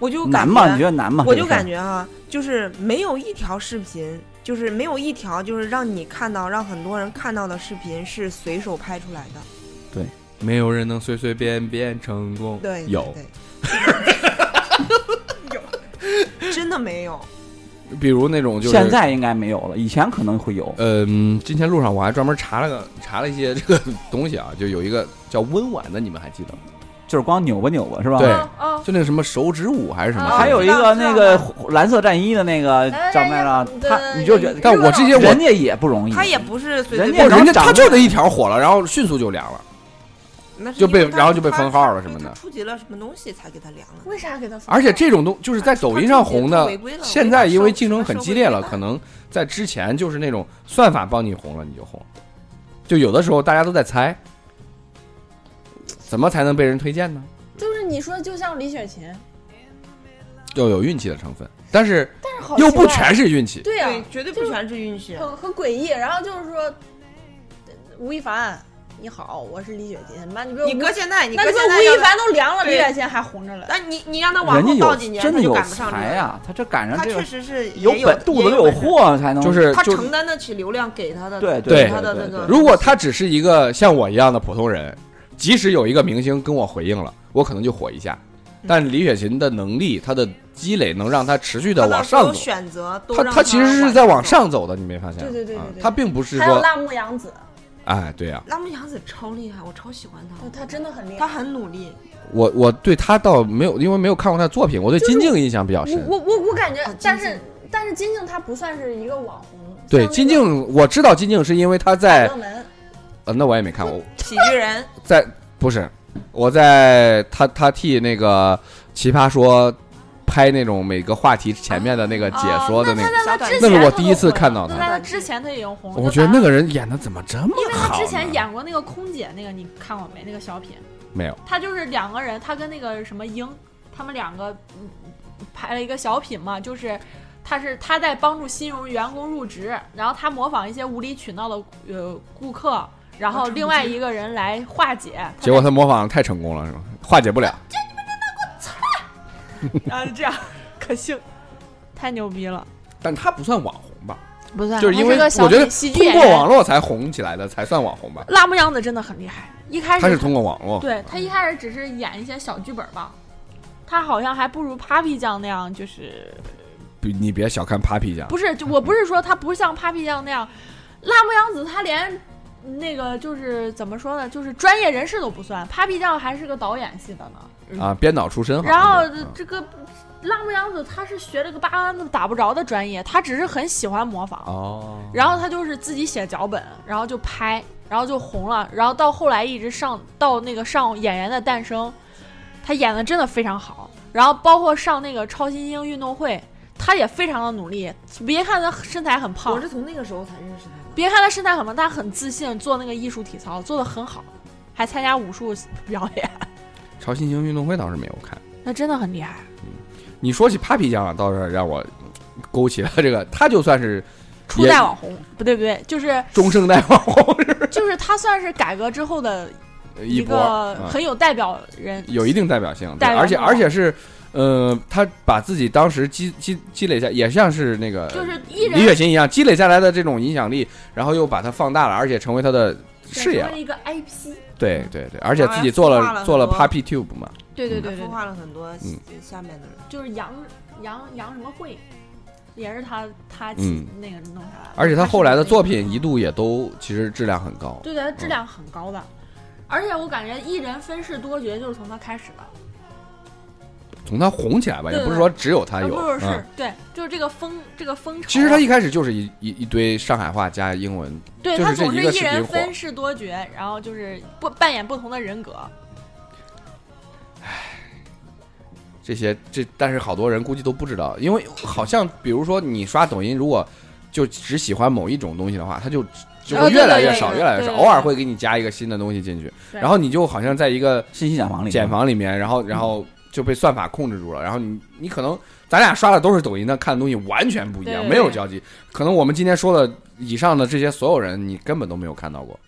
Speaker 4: 我就
Speaker 5: 难
Speaker 4: 感
Speaker 5: 吗？你觉
Speaker 4: 觉，
Speaker 5: 得难吗？
Speaker 4: 我就
Speaker 5: 这个事儿
Speaker 4: 感觉啊，就是没有一条视频，就是没有一条就是让你看到、让很多人看到的视频是随手拍出来的。
Speaker 2: 没有人能随随便便成功，
Speaker 4: 对，对
Speaker 2: 有，
Speaker 4: 对真的没有。
Speaker 2: 比如那种就是
Speaker 5: 现在应该没有了，以前可能会有。
Speaker 2: 嗯，今天路上我还专门查了个查了一些这个东西啊，就有一个叫温婉的，你们还记得吗？
Speaker 5: 就是光扭吧扭吧是吧？
Speaker 2: 对
Speaker 3: 哦哦，
Speaker 2: 就那个什么手指舞还是什么？
Speaker 4: 哦
Speaker 3: 啊
Speaker 5: 还有一
Speaker 3: 知
Speaker 5: 个
Speaker 3: 道知道
Speaker 5: 那个蓝色战衣的那个
Speaker 3: 蓝色
Speaker 5: 叫
Speaker 3: 战衣
Speaker 5: 卖了，
Speaker 3: 对
Speaker 5: 啊他你就觉得，
Speaker 2: 但我这些我
Speaker 5: 人家也不容易，
Speaker 4: 他也不是随
Speaker 5: 人
Speaker 4: 随便
Speaker 5: 家
Speaker 2: 不，嗯哦人家
Speaker 5: 长
Speaker 2: 他
Speaker 5: 得
Speaker 2: 就那一条火了，然后迅速就凉了。
Speaker 4: 那是
Speaker 2: 就
Speaker 4: 因为
Speaker 2: 被
Speaker 4: 他
Speaker 2: 然后就被
Speaker 4: 他
Speaker 2: 封号了什么
Speaker 4: 他
Speaker 2: 的
Speaker 4: 触及了什么东西才给他凉了？
Speaker 3: 为啥给他？
Speaker 2: 而且这种东就是在抖音上红
Speaker 4: 它
Speaker 2: 的
Speaker 4: 违规了，
Speaker 2: 现在因为竞争很激烈 了，
Speaker 4: 违规了
Speaker 2: 可能在之前就是那种算法帮你红了你就红，就有的时候大家都在猜，怎么才能被人推荐呢？
Speaker 3: 就是你说，就像李雪琴，
Speaker 2: 要有运气的成分，但是
Speaker 3: 但是好
Speaker 2: 又
Speaker 3: 奇
Speaker 2: 不
Speaker 3: 怪
Speaker 2: 全是运气。
Speaker 3: 对呀、
Speaker 4: 对，绝对不全是运气。
Speaker 3: 很很诡异。然后就是说，吴亦凡，你好，我是李雪琴，妈，你别
Speaker 4: 你
Speaker 3: 吴
Speaker 4: 搁现在，你
Speaker 3: 那
Speaker 4: 搁
Speaker 3: 你
Speaker 4: 现
Speaker 3: 说
Speaker 4: 在
Speaker 3: 吴亦
Speaker 4: 要，
Speaker 3: 凡都凉了，李
Speaker 4: 对
Speaker 3: 雪琴还红着嘞。
Speaker 4: 但你你让他往
Speaker 5: 人家
Speaker 4: 后
Speaker 5: 有
Speaker 4: 倒几年，
Speaker 5: 真
Speaker 4: 他
Speaker 5: 的
Speaker 4: 就
Speaker 5: 有
Speaker 4: 赶不上这
Speaker 5: 才
Speaker 2: 啊
Speaker 4: 个。
Speaker 5: 呀，他这赶上
Speaker 4: 他
Speaker 5: 这
Speaker 4: 确
Speaker 5: 个
Speaker 4: 实是也
Speaker 5: 有本肚子里有，货才能
Speaker 2: 就是
Speaker 4: 他
Speaker 2: 就是
Speaker 4: 承，担得起流量给他的，
Speaker 5: 对
Speaker 2: 对
Speaker 4: 他的
Speaker 5: 对
Speaker 4: 那个
Speaker 5: 对
Speaker 2: 如果他只是一个像我一样的普通人，即使有一个明星跟我回应了，我可能就火一下。但李雪琴的能力，她的积累能让她持续的
Speaker 4: 他
Speaker 2: 往
Speaker 4: 的所有
Speaker 2: 上走。
Speaker 4: 选择都
Speaker 2: 她
Speaker 4: 让
Speaker 2: 她其实是在往上走的，你没发现？
Speaker 3: 对对对对
Speaker 2: 啊
Speaker 3: 对
Speaker 2: 她并不是
Speaker 3: 还有
Speaker 2: 说，
Speaker 3: 辣目洋子，
Speaker 2: 哎，对呀、
Speaker 4: 拉姆杨子超厉害，我超喜欢
Speaker 3: 哦
Speaker 4: 他，
Speaker 3: 她真的很厉
Speaker 4: 他
Speaker 3: 害。
Speaker 4: 很努力。
Speaker 2: 我我对她倒没有，因为没有看过她的作品，我对金靖印象比较深。
Speaker 3: 我我我我感觉
Speaker 4: 啊，
Speaker 3: 但
Speaker 4: 金
Speaker 3: 是但是金靖她不算是一个网红，
Speaker 2: 对
Speaker 3: 像那
Speaker 2: 金
Speaker 3: 个
Speaker 2: 靖，我知道金靖是因为她在
Speaker 3: 板，凳门
Speaker 2: 呃，那我也没看过，
Speaker 4: 喜剧人，
Speaker 2: 在不是我在她她替那个奇葩说拍那种每个话题前面的那个解说的
Speaker 3: 哦
Speaker 2: 个，
Speaker 3: 那她在
Speaker 4: 小
Speaker 3: 她
Speaker 4: 短
Speaker 3: 之
Speaker 4: 剧
Speaker 2: 那
Speaker 3: 前
Speaker 2: 是我
Speaker 3: 她
Speaker 2: 第
Speaker 3: 都
Speaker 2: 一次
Speaker 3: 红
Speaker 2: 看到
Speaker 3: 了
Speaker 2: 她
Speaker 3: 那在她之前她也有红，
Speaker 2: 我
Speaker 3: 就
Speaker 2: 觉得
Speaker 3: 她
Speaker 2: 那个人演的怎么这么
Speaker 3: 因为她
Speaker 2: 好
Speaker 3: 之
Speaker 2: 呢？
Speaker 3: 前演过那个空姐那个，你看过没？那个小品，
Speaker 2: 没有，
Speaker 3: 她就是两个人，她跟那个什么英，他们两个嗯拍了一个小品嘛，就是她是她在帮助新荣员工入职，然后她模仿一些无理取闹的呃顾客，然后另外一个人来化解。她
Speaker 2: 结果他模仿得太成功了，是吧？化解不了。
Speaker 3: 然后啊就这样，可幸太牛逼了，
Speaker 2: 但他不算网红吧？
Speaker 3: 不算
Speaker 2: 就是因为
Speaker 3: 个
Speaker 2: 我
Speaker 3: 小
Speaker 2: 觉得
Speaker 3: 喜剧
Speaker 2: 通
Speaker 3: 演
Speaker 2: 过网
Speaker 3: 员。
Speaker 2: 络才红起来的，才算网红吧？
Speaker 3: 辣目洋子真的很厉害，一开始
Speaker 2: 他是通过网络，
Speaker 3: 对他一开始只是演一些小剧本吧，他好像还不如 Papi 酱那样，就是
Speaker 2: 比你别小看 Papi 酱，
Speaker 3: 不是就我不是说他不像 Papi 酱那样，辣目洋子他连那个就是怎么说呢，就是专业人士都不算，Papi 酱还是个导演系的呢。
Speaker 2: 啊，编导出身好
Speaker 3: 嗯然
Speaker 2: 像
Speaker 3: 后
Speaker 2: 是。嗯
Speaker 3: 这个辣目洋子他是学了个八竿子打不着的专业，他只是很喜欢模仿，
Speaker 2: 哦，
Speaker 3: 然后他就是自己写脚本，然后就拍，然后就红了，然后到后来一直上到那个上《演员的诞生》，他演的真的非常好，然后包括上那个超新星运动会，他也非常的努力。别看他身材很胖
Speaker 4: 我，是从那个时候才认识他的。
Speaker 3: 别看他身材很胖，他很自信，做那个艺术体操做的很好，还参加武术表演，
Speaker 2: 超新星运动会倒是没有看。
Speaker 3: 那真的很厉害。
Speaker 2: 你说起 Papi 酱啊，倒是让我嗯勾起了这个，他就算是
Speaker 3: 初代网红不对不 对，就是
Speaker 2: 中生代网红
Speaker 3: 就是他算是改革之后的
Speaker 2: 一
Speaker 3: 一
Speaker 2: 波，
Speaker 3: 个
Speaker 2: 嗯
Speaker 3: 很有代表人，
Speaker 2: 有一定代表性，对
Speaker 3: 代表
Speaker 2: 而且
Speaker 3: 性
Speaker 2: 而且是，呃，他把自己当时积积积累下，也像是那个
Speaker 3: 就是艺人
Speaker 2: 李雪琴一样积累下来的这种影响力，然后又把它放大了，而且成为他的事业
Speaker 3: 成
Speaker 2: 了
Speaker 3: 为。一个 IP。
Speaker 2: 对对对，而且自己做
Speaker 4: 然后还孵化了
Speaker 2: 了
Speaker 4: 很
Speaker 2: 做了
Speaker 4: 多
Speaker 2: Papi Tube 嘛，
Speaker 3: 对对对对
Speaker 4: 孵
Speaker 3: 对，
Speaker 4: 化了很多
Speaker 2: 嗯
Speaker 4: 下面的人，
Speaker 3: 就是杨杨杨什么会，也是他他
Speaker 2: 嗯
Speaker 3: 那个弄下来的。
Speaker 2: 而且他
Speaker 3: 他
Speaker 2: 后来的作品一
Speaker 3: 一，
Speaker 2: 度也都其实质量很高。
Speaker 3: 对对，他质量很高的。而且我感觉艺人分饰多角就是从他开始的，
Speaker 2: 从他红起来吧，也
Speaker 3: 对啊
Speaker 2: 不是说只有他有，
Speaker 3: 不是是、
Speaker 2: 嗯
Speaker 3: 对，就是这个风这个风潮。啊
Speaker 2: 其实他一开始就是一一一堆上海话加英文，
Speaker 3: 对
Speaker 2: 就是
Speaker 3: 他
Speaker 2: 这
Speaker 3: 总
Speaker 2: 一
Speaker 3: 是
Speaker 2: 个
Speaker 3: 艺
Speaker 2: 视频
Speaker 3: 人
Speaker 2: 火
Speaker 3: 分饰多角，然后就是不扮演不同的人格。
Speaker 2: 这些这，但是好多人估计都不知道，因为好像比如说你刷抖音，如果就只喜欢某一种东西的话，它就就
Speaker 3: 哦
Speaker 2: 会
Speaker 3: 对
Speaker 2: 越来越
Speaker 3: 对
Speaker 2: 少，
Speaker 3: 对
Speaker 2: 越来越少，
Speaker 3: 对
Speaker 2: 偶尔会给你加一个新的东西进去，
Speaker 3: 对
Speaker 2: 然后你就好像在一个
Speaker 5: 信息茧房里，
Speaker 2: 茧房里面，然后然后就被算法控制住了，然后你你可能咱俩刷的都是抖音，但看的东西完全不一样，
Speaker 3: 对对
Speaker 2: 没有
Speaker 3: 对
Speaker 2: 交集，可能我们今天说的以上的这些所有人，你根本都没有看到过，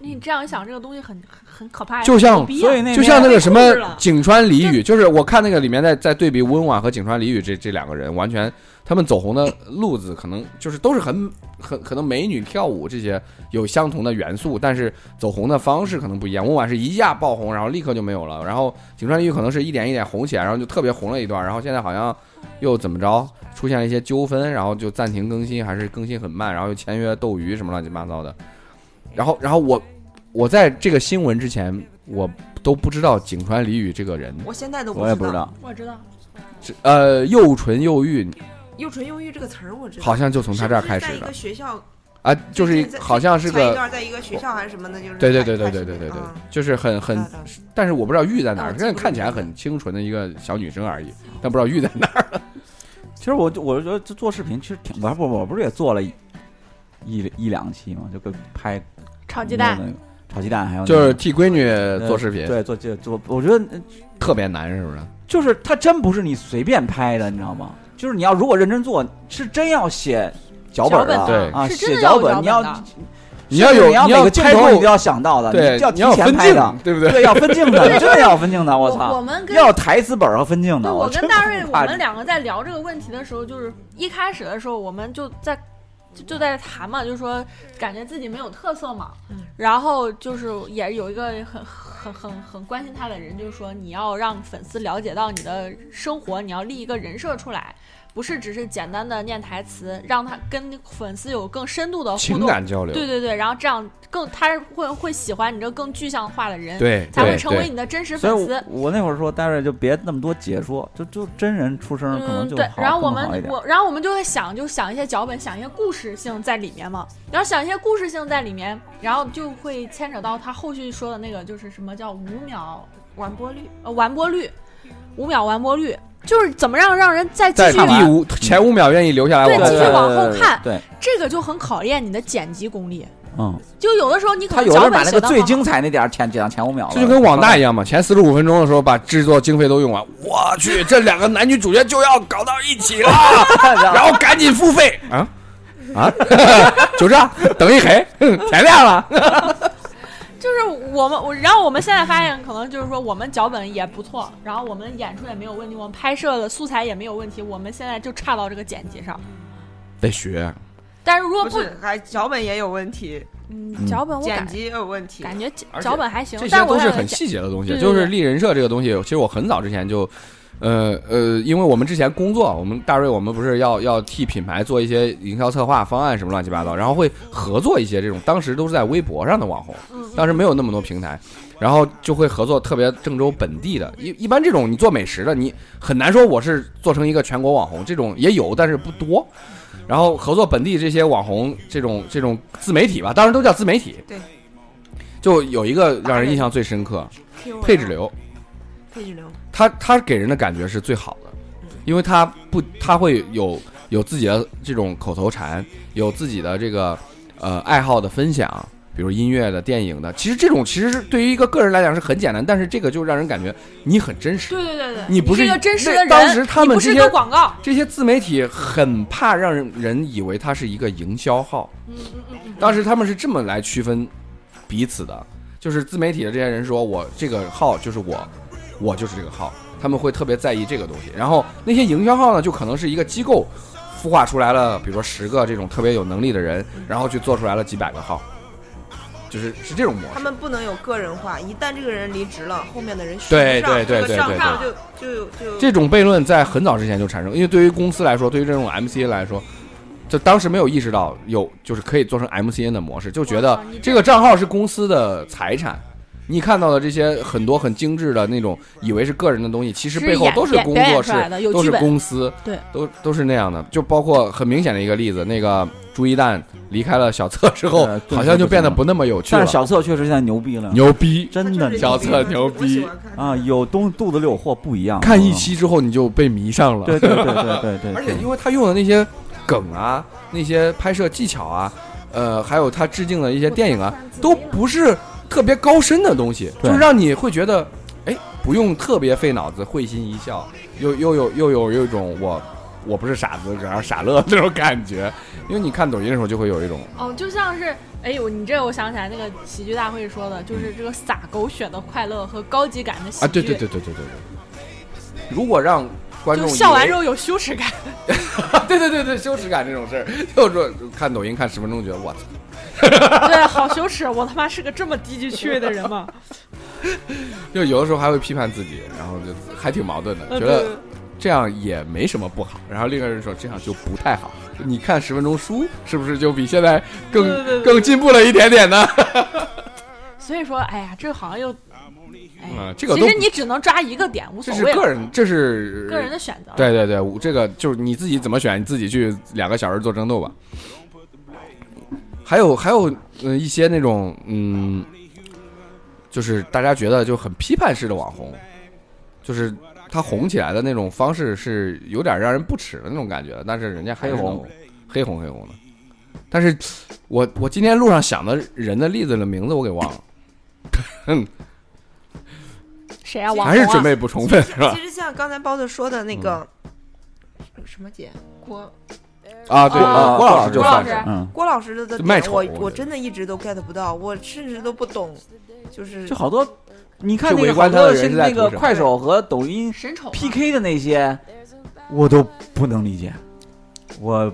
Speaker 3: 你这样一想，这个东西很很很可怕呀，
Speaker 2: 就像
Speaker 3: 有必要
Speaker 5: 所以那边
Speaker 2: 就像那个
Speaker 3: 被
Speaker 2: 什
Speaker 3: 控
Speaker 2: 么
Speaker 3: 制了
Speaker 2: 井川里雨，就是我看那个里面在在对比温婉和井川里雨这这两个人，完全他们走红的路子可能就是都是很很可能美女跳舞这些有相同的元素，但是走红的方式可能不一样。温婉是一下爆红，然后立刻就没有了，然后井川里雨可能是一点一点红起来，然后就特别红了一段，然后现在好像又怎么着出现了一些纠纷，然后就暂停更新，还是更新很慢，然后又签约斗鱼什么乱七八糟的，然后然后我。我在这个新闻之前，我都不知道井川里雨这个人，
Speaker 4: 我现在都
Speaker 5: 我也不知道，
Speaker 3: 我知道，
Speaker 2: 这呃，又纯又欲，
Speaker 4: 又纯又欲这个词儿，我知道。
Speaker 2: 好像就从他这儿开
Speaker 4: 是不
Speaker 2: 始
Speaker 4: 是在一
Speaker 2: 的
Speaker 4: 个学校，
Speaker 2: 啊，就是一
Speaker 4: 最近在
Speaker 2: 好像是
Speaker 4: 前一
Speaker 2: 个，
Speaker 4: 段在一个学校还是什么的，就是
Speaker 2: 对对对
Speaker 4: 开
Speaker 2: 对对对对对，
Speaker 4: 啊
Speaker 2: 就是很很
Speaker 4: 知道知，
Speaker 2: 但是我不知道欲在哪
Speaker 4: 啊
Speaker 2: 儿，
Speaker 4: 记
Speaker 2: 但
Speaker 4: 不住
Speaker 2: 看起来很清纯的一个小女生而已，但不知道欲在哪儿。
Speaker 5: 其实我就我觉得做视频其实挺，我还不我不是也做了一一一两期嘛，就跟拍
Speaker 2: 嗯
Speaker 3: 炒鸡蛋
Speaker 5: 那个炒鸡蛋，还有
Speaker 2: 就是
Speaker 5: 那个
Speaker 2: 替闺女
Speaker 5: 呃
Speaker 2: 做视频，
Speaker 5: 嗯对，做这做，我觉得呃
Speaker 2: 特别难，是不是？
Speaker 5: 就是它真不是你随便拍的，你知道吗？就是你要如果认真做，是真要写脚本
Speaker 3: 脚
Speaker 5: 的，
Speaker 2: 本
Speaker 5: 啊，
Speaker 3: 是真
Speaker 5: 写
Speaker 3: 的要有
Speaker 5: 本，
Speaker 3: 脚
Speaker 5: 你要
Speaker 3: 本的
Speaker 2: 你要有
Speaker 5: 甚至你
Speaker 2: 你要
Speaker 5: 每个镜
Speaker 2: 拍
Speaker 5: 头
Speaker 2: 入
Speaker 5: 你都要想到的，
Speaker 2: 对，
Speaker 5: 要
Speaker 2: 你
Speaker 5: 提
Speaker 2: 要
Speaker 5: 前
Speaker 2: 分
Speaker 5: 拍
Speaker 2: 镜
Speaker 5: 的，，
Speaker 2: 对不对？
Speaker 5: 对，要分 镜的，真的要分镜的，我
Speaker 3: 我我
Speaker 5: 操，
Speaker 3: 们跟
Speaker 5: 要有台词本和分镜
Speaker 3: 对
Speaker 5: 的，
Speaker 3: 我
Speaker 5: 真
Speaker 3: 跟大瑞，
Speaker 5: 不
Speaker 3: 我
Speaker 5: 怕
Speaker 3: 们两个在聊这个问题的时候，就是一开始的时候，我们就在就就在谈嘛，就是说感觉自己没有特色嘛。
Speaker 4: 嗯
Speaker 3: 然后就是也有一个很很很很关心他的人，就是说你要让粉丝了解到你的生活，你要立一个人设出来，不是只是简单的念台词，让他跟粉丝有更深度的互
Speaker 2: 情
Speaker 3: 动。
Speaker 2: 感交流，
Speaker 3: 对对对，然后这样更他会会喜欢你这更具象化的人，
Speaker 2: 对
Speaker 3: 才会
Speaker 2: 对
Speaker 3: 成为
Speaker 2: 对，
Speaker 3: 你的真实
Speaker 5: 所
Speaker 3: 粉
Speaker 5: 以
Speaker 3: 丝。
Speaker 5: 我，我那会儿说，大瑞就别那么多解说，就就真人出声嗯可能就
Speaker 3: 嗯对
Speaker 5: 好，
Speaker 3: 然后我
Speaker 5: 更好一
Speaker 3: 们
Speaker 5: 点
Speaker 3: 我然后我们就会想，就想一些脚本，想一些故事性在里面嘛，然后想一些故事性在里面，然后就会牵扯到他后续说的那个，就是什么叫五秒
Speaker 4: 完播率，
Speaker 3: 呃完播率，五秒完播率，就是怎么让让人再继
Speaker 2: 在
Speaker 3: 续
Speaker 5: 看完
Speaker 2: 第五前五秒愿意留下来
Speaker 3: 对
Speaker 2: 往后
Speaker 3: 继续
Speaker 2: 看
Speaker 3: 往后看
Speaker 5: 对，对
Speaker 3: 这个就很考验你的剪辑功力。
Speaker 5: 嗯，
Speaker 3: 就有的时候你可
Speaker 5: 他
Speaker 3: 能
Speaker 5: 有的
Speaker 3: 脚
Speaker 5: 人把
Speaker 3: 本
Speaker 5: 那
Speaker 3: 写
Speaker 5: 个
Speaker 3: 的
Speaker 5: 最精彩那点儿前剪到前五秒了，
Speaker 2: 这就跟网 大一样嘛，前四十五分钟的时候把制作经费都用完，我去，这两个男女主角就要搞到一起了，然后赶紧付费啊啊， 就这样，等一黑， 天亮了，
Speaker 3: 就是我们，我然后我们现在发现，可能就是说我们脚本也不错，然后我们演出也没有问题，我们拍摄的素材也没有问题，我们现在就差到这个剪辑上。
Speaker 2: 得学，
Speaker 3: 但是如果
Speaker 4: 不
Speaker 3: 不，
Speaker 4: 是还脚本也有问题，
Speaker 3: 嗯，脚本我
Speaker 4: 剪
Speaker 3: 感
Speaker 4: 辑也有问题，
Speaker 3: 感觉脚
Speaker 2: 而且
Speaker 3: 脚本还行
Speaker 2: 这，些
Speaker 3: 但我
Speaker 2: 都是
Speaker 3: 感
Speaker 2: 很
Speaker 3: 觉
Speaker 2: 细节的东西，
Speaker 3: 对对
Speaker 2: 就是
Speaker 3: 对
Speaker 2: 立人设这个东西，其实我很早之前就。呃呃，因为我们之前工作，我们大瑞，我们不是要要替品牌做一些营销策划方案什么乱七八糟，然后会合作一些这种，当时都是在微博上的网红，
Speaker 3: 嗯
Speaker 2: 当时没有那么多平台，然后就会合作特别郑州本地的。一一般这种你做美食的，你很难说我是做成一个全国网红，这种也有，但是不多。然后合作本地这些网红，这种这种自媒体吧，当然都叫自媒体。
Speaker 4: 对，
Speaker 2: 就有一个让人印象最深刻，配置流，
Speaker 4: 配置流，
Speaker 2: 他他给人的感觉是最好的，
Speaker 3: 嗯
Speaker 2: 因为他不他会有有自己的这种口头禅，有自己的这个呃爱好的分享，比如音乐的、电影的。其实这种其实是对于一个个人来讲是很简单，但是这个就让人感觉你很真实。
Speaker 3: 对对对对，
Speaker 2: 你不
Speaker 3: 是
Speaker 2: 是
Speaker 3: 一个真实的人，
Speaker 2: 那当时他们
Speaker 3: 你不是
Speaker 2: 这
Speaker 3: 一
Speaker 2: 些
Speaker 3: 个广告，
Speaker 2: 这些自媒体很怕让人人以为它是一个营销号，
Speaker 3: 嗯嗯嗯嗯，
Speaker 2: 当时他们是这么来区分彼此的，就是自媒体的这些人说我这个号就是我，我就是这个号，他们会特别在意这个东西。然后那些营销号呢，就可能是一个机构孵化出来了，比如说十个这种特别有能力的人，然后去做出来了几百个号，就是是这种模
Speaker 4: 他
Speaker 2: 式。
Speaker 4: 们不能有个人化，一旦这个人离职了，后面的人续不
Speaker 2: 对
Speaker 4: 上
Speaker 2: 对对
Speaker 4: 这个
Speaker 2: 对
Speaker 4: 上
Speaker 2: 对
Speaker 4: 号就就就
Speaker 2: 这种悖论在很早之前就产生，因为对于公司来说，对于这种 MCN 来说，就当时没有意识到有就是可以做成 MCN 的模式，就觉
Speaker 3: 我
Speaker 2: 得
Speaker 3: 操哦你这
Speaker 2: 这个账号是公司的财产。你看到的这些很多很精致的那种，以为是个人的东西，其实
Speaker 3: 是
Speaker 2: 背后
Speaker 3: 演
Speaker 2: 都是
Speaker 3: 表
Speaker 2: 工
Speaker 3: 表演
Speaker 2: 作
Speaker 3: 出
Speaker 2: 室
Speaker 3: 来的有，
Speaker 2: 都
Speaker 3: 剧
Speaker 2: 是
Speaker 3: 本
Speaker 2: 公司，
Speaker 3: 对，
Speaker 2: 都都是那样的。就包括很明显的一个例子，那个朱一蛋离开了小策之后
Speaker 5: 呃，对
Speaker 2: 好像就变得
Speaker 5: 对对对
Speaker 2: 不那么有趣
Speaker 5: 但
Speaker 2: 了
Speaker 5: 是。小策确实现在牛逼了，
Speaker 2: 牛逼！
Speaker 4: 他
Speaker 5: 真
Speaker 4: 就
Speaker 5: 的
Speaker 4: 是
Speaker 2: 小策
Speaker 4: 牛
Speaker 2: 牛逼
Speaker 4: 我喜欢看
Speaker 5: 啊，有东肚子里有货不一样。
Speaker 2: 看一
Speaker 5: 嗯，
Speaker 2: 期之后你就被迷上了。
Speaker 5: 对对对对对对，
Speaker 2: 而且因为他用的那些梗啊，那些拍摄技巧啊，呃，还有他致敬的一些电影啊，
Speaker 3: 嗯
Speaker 2: 都不是特别高深的东西，
Speaker 5: 对
Speaker 2: 就是让你会觉得，哎，不用特别费脑子，会心一笑，又又有又有有一种我我不是傻子，然后傻乐那种感觉。因为你看抖音的时候，就会有一种
Speaker 3: 哦，就像是，哎呦，你这我想起来那个喜剧大会说的，就是这个洒狗血的快乐和高级感的喜剧，
Speaker 2: 啊，对对对对对对对，如果让观
Speaker 3: 就
Speaker 2: 众
Speaker 3: 笑完之
Speaker 2: 后，
Speaker 3: 后有羞耻感，
Speaker 2: 对对对对，羞耻感这种事儿，就说看抖音看十分钟，觉得我操，
Speaker 3: 对，好羞耻，我他妈是个这么低级趣味的人 吗？
Speaker 2: 就有的时候还会批判自己，然后就还挺矛盾的，
Speaker 3: 呃
Speaker 2: 觉得。这样也没什么不好。然后另一个人说这样就不太好。你看十分钟书是不是就比现在更
Speaker 3: 对对对对
Speaker 2: 更进步了一点点呢？
Speaker 3: 所以说，哎呀，这好像又，哎呀，
Speaker 2: 啊，这个
Speaker 3: 其
Speaker 2: 都
Speaker 3: 实你只能抓一个点，无
Speaker 2: 这
Speaker 3: 所
Speaker 2: 是
Speaker 3: 谓了，
Speaker 2: 个人，这是
Speaker 3: 个人的选择。
Speaker 5: 啊
Speaker 2: 对对对，我这个就是你自己怎么选，你自己去两个小时做争斗吧。还有还有，嗯，一些那种嗯，就是大家觉得就很批判式的网红，就是他红起来的那种方式是有点让人不齿的那种感觉的，但是人家还是
Speaker 5: 黑红
Speaker 2: 能红，黑红黑红的。但是我我今天路上想的人的例子的名字我给忘了，
Speaker 3: 谁啊？网
Speaker 2: 还是
Speaker 3: 红
Speaker 2: 准
Speaker 3: 啊？
Speaker 2: 备不充分 是吧嗯
Speaker 4: 其？实像刚才包子说的那个、什么姐郭
Speaker 2: 啊，对，
Speaker 3: 啊
Speaker 2: 郭老师就
Speaker 3: 郭老
Speaker 2: 算
Speaker 3: 师
Speaker 2: 是
Speaker 5: 嗯，
Speaker 4: 郭老师的
Speaker 2: 就
Speaker 4: 的
Speaker 2: 卖
Speaker 4: 点，
Speaker 2: 丑
Speaker 4: 我
Speaker 2: 我觉得
Speaker 4: 我真的一直都 get 不到，我甚至都不懂，就是
Speaker 5: 就好多，你看
Speaker 2: 去
Speaker 5: 那
Speaker 2: 围
Speaker 5: 个
Speaker 2: 观
Speaker 5: 好
Speaker 2: 他的
Speaker 5: 多
Speaker 2: 人
Speaker 5: 现
Speaker 2: 是在
Speaker 5: 那个
Speaker 2: 图什么
Speaker 5: 快手和抖音
Speaker 3: 神丑啊
Speaker 5: PK 的那些，我都不能理解。我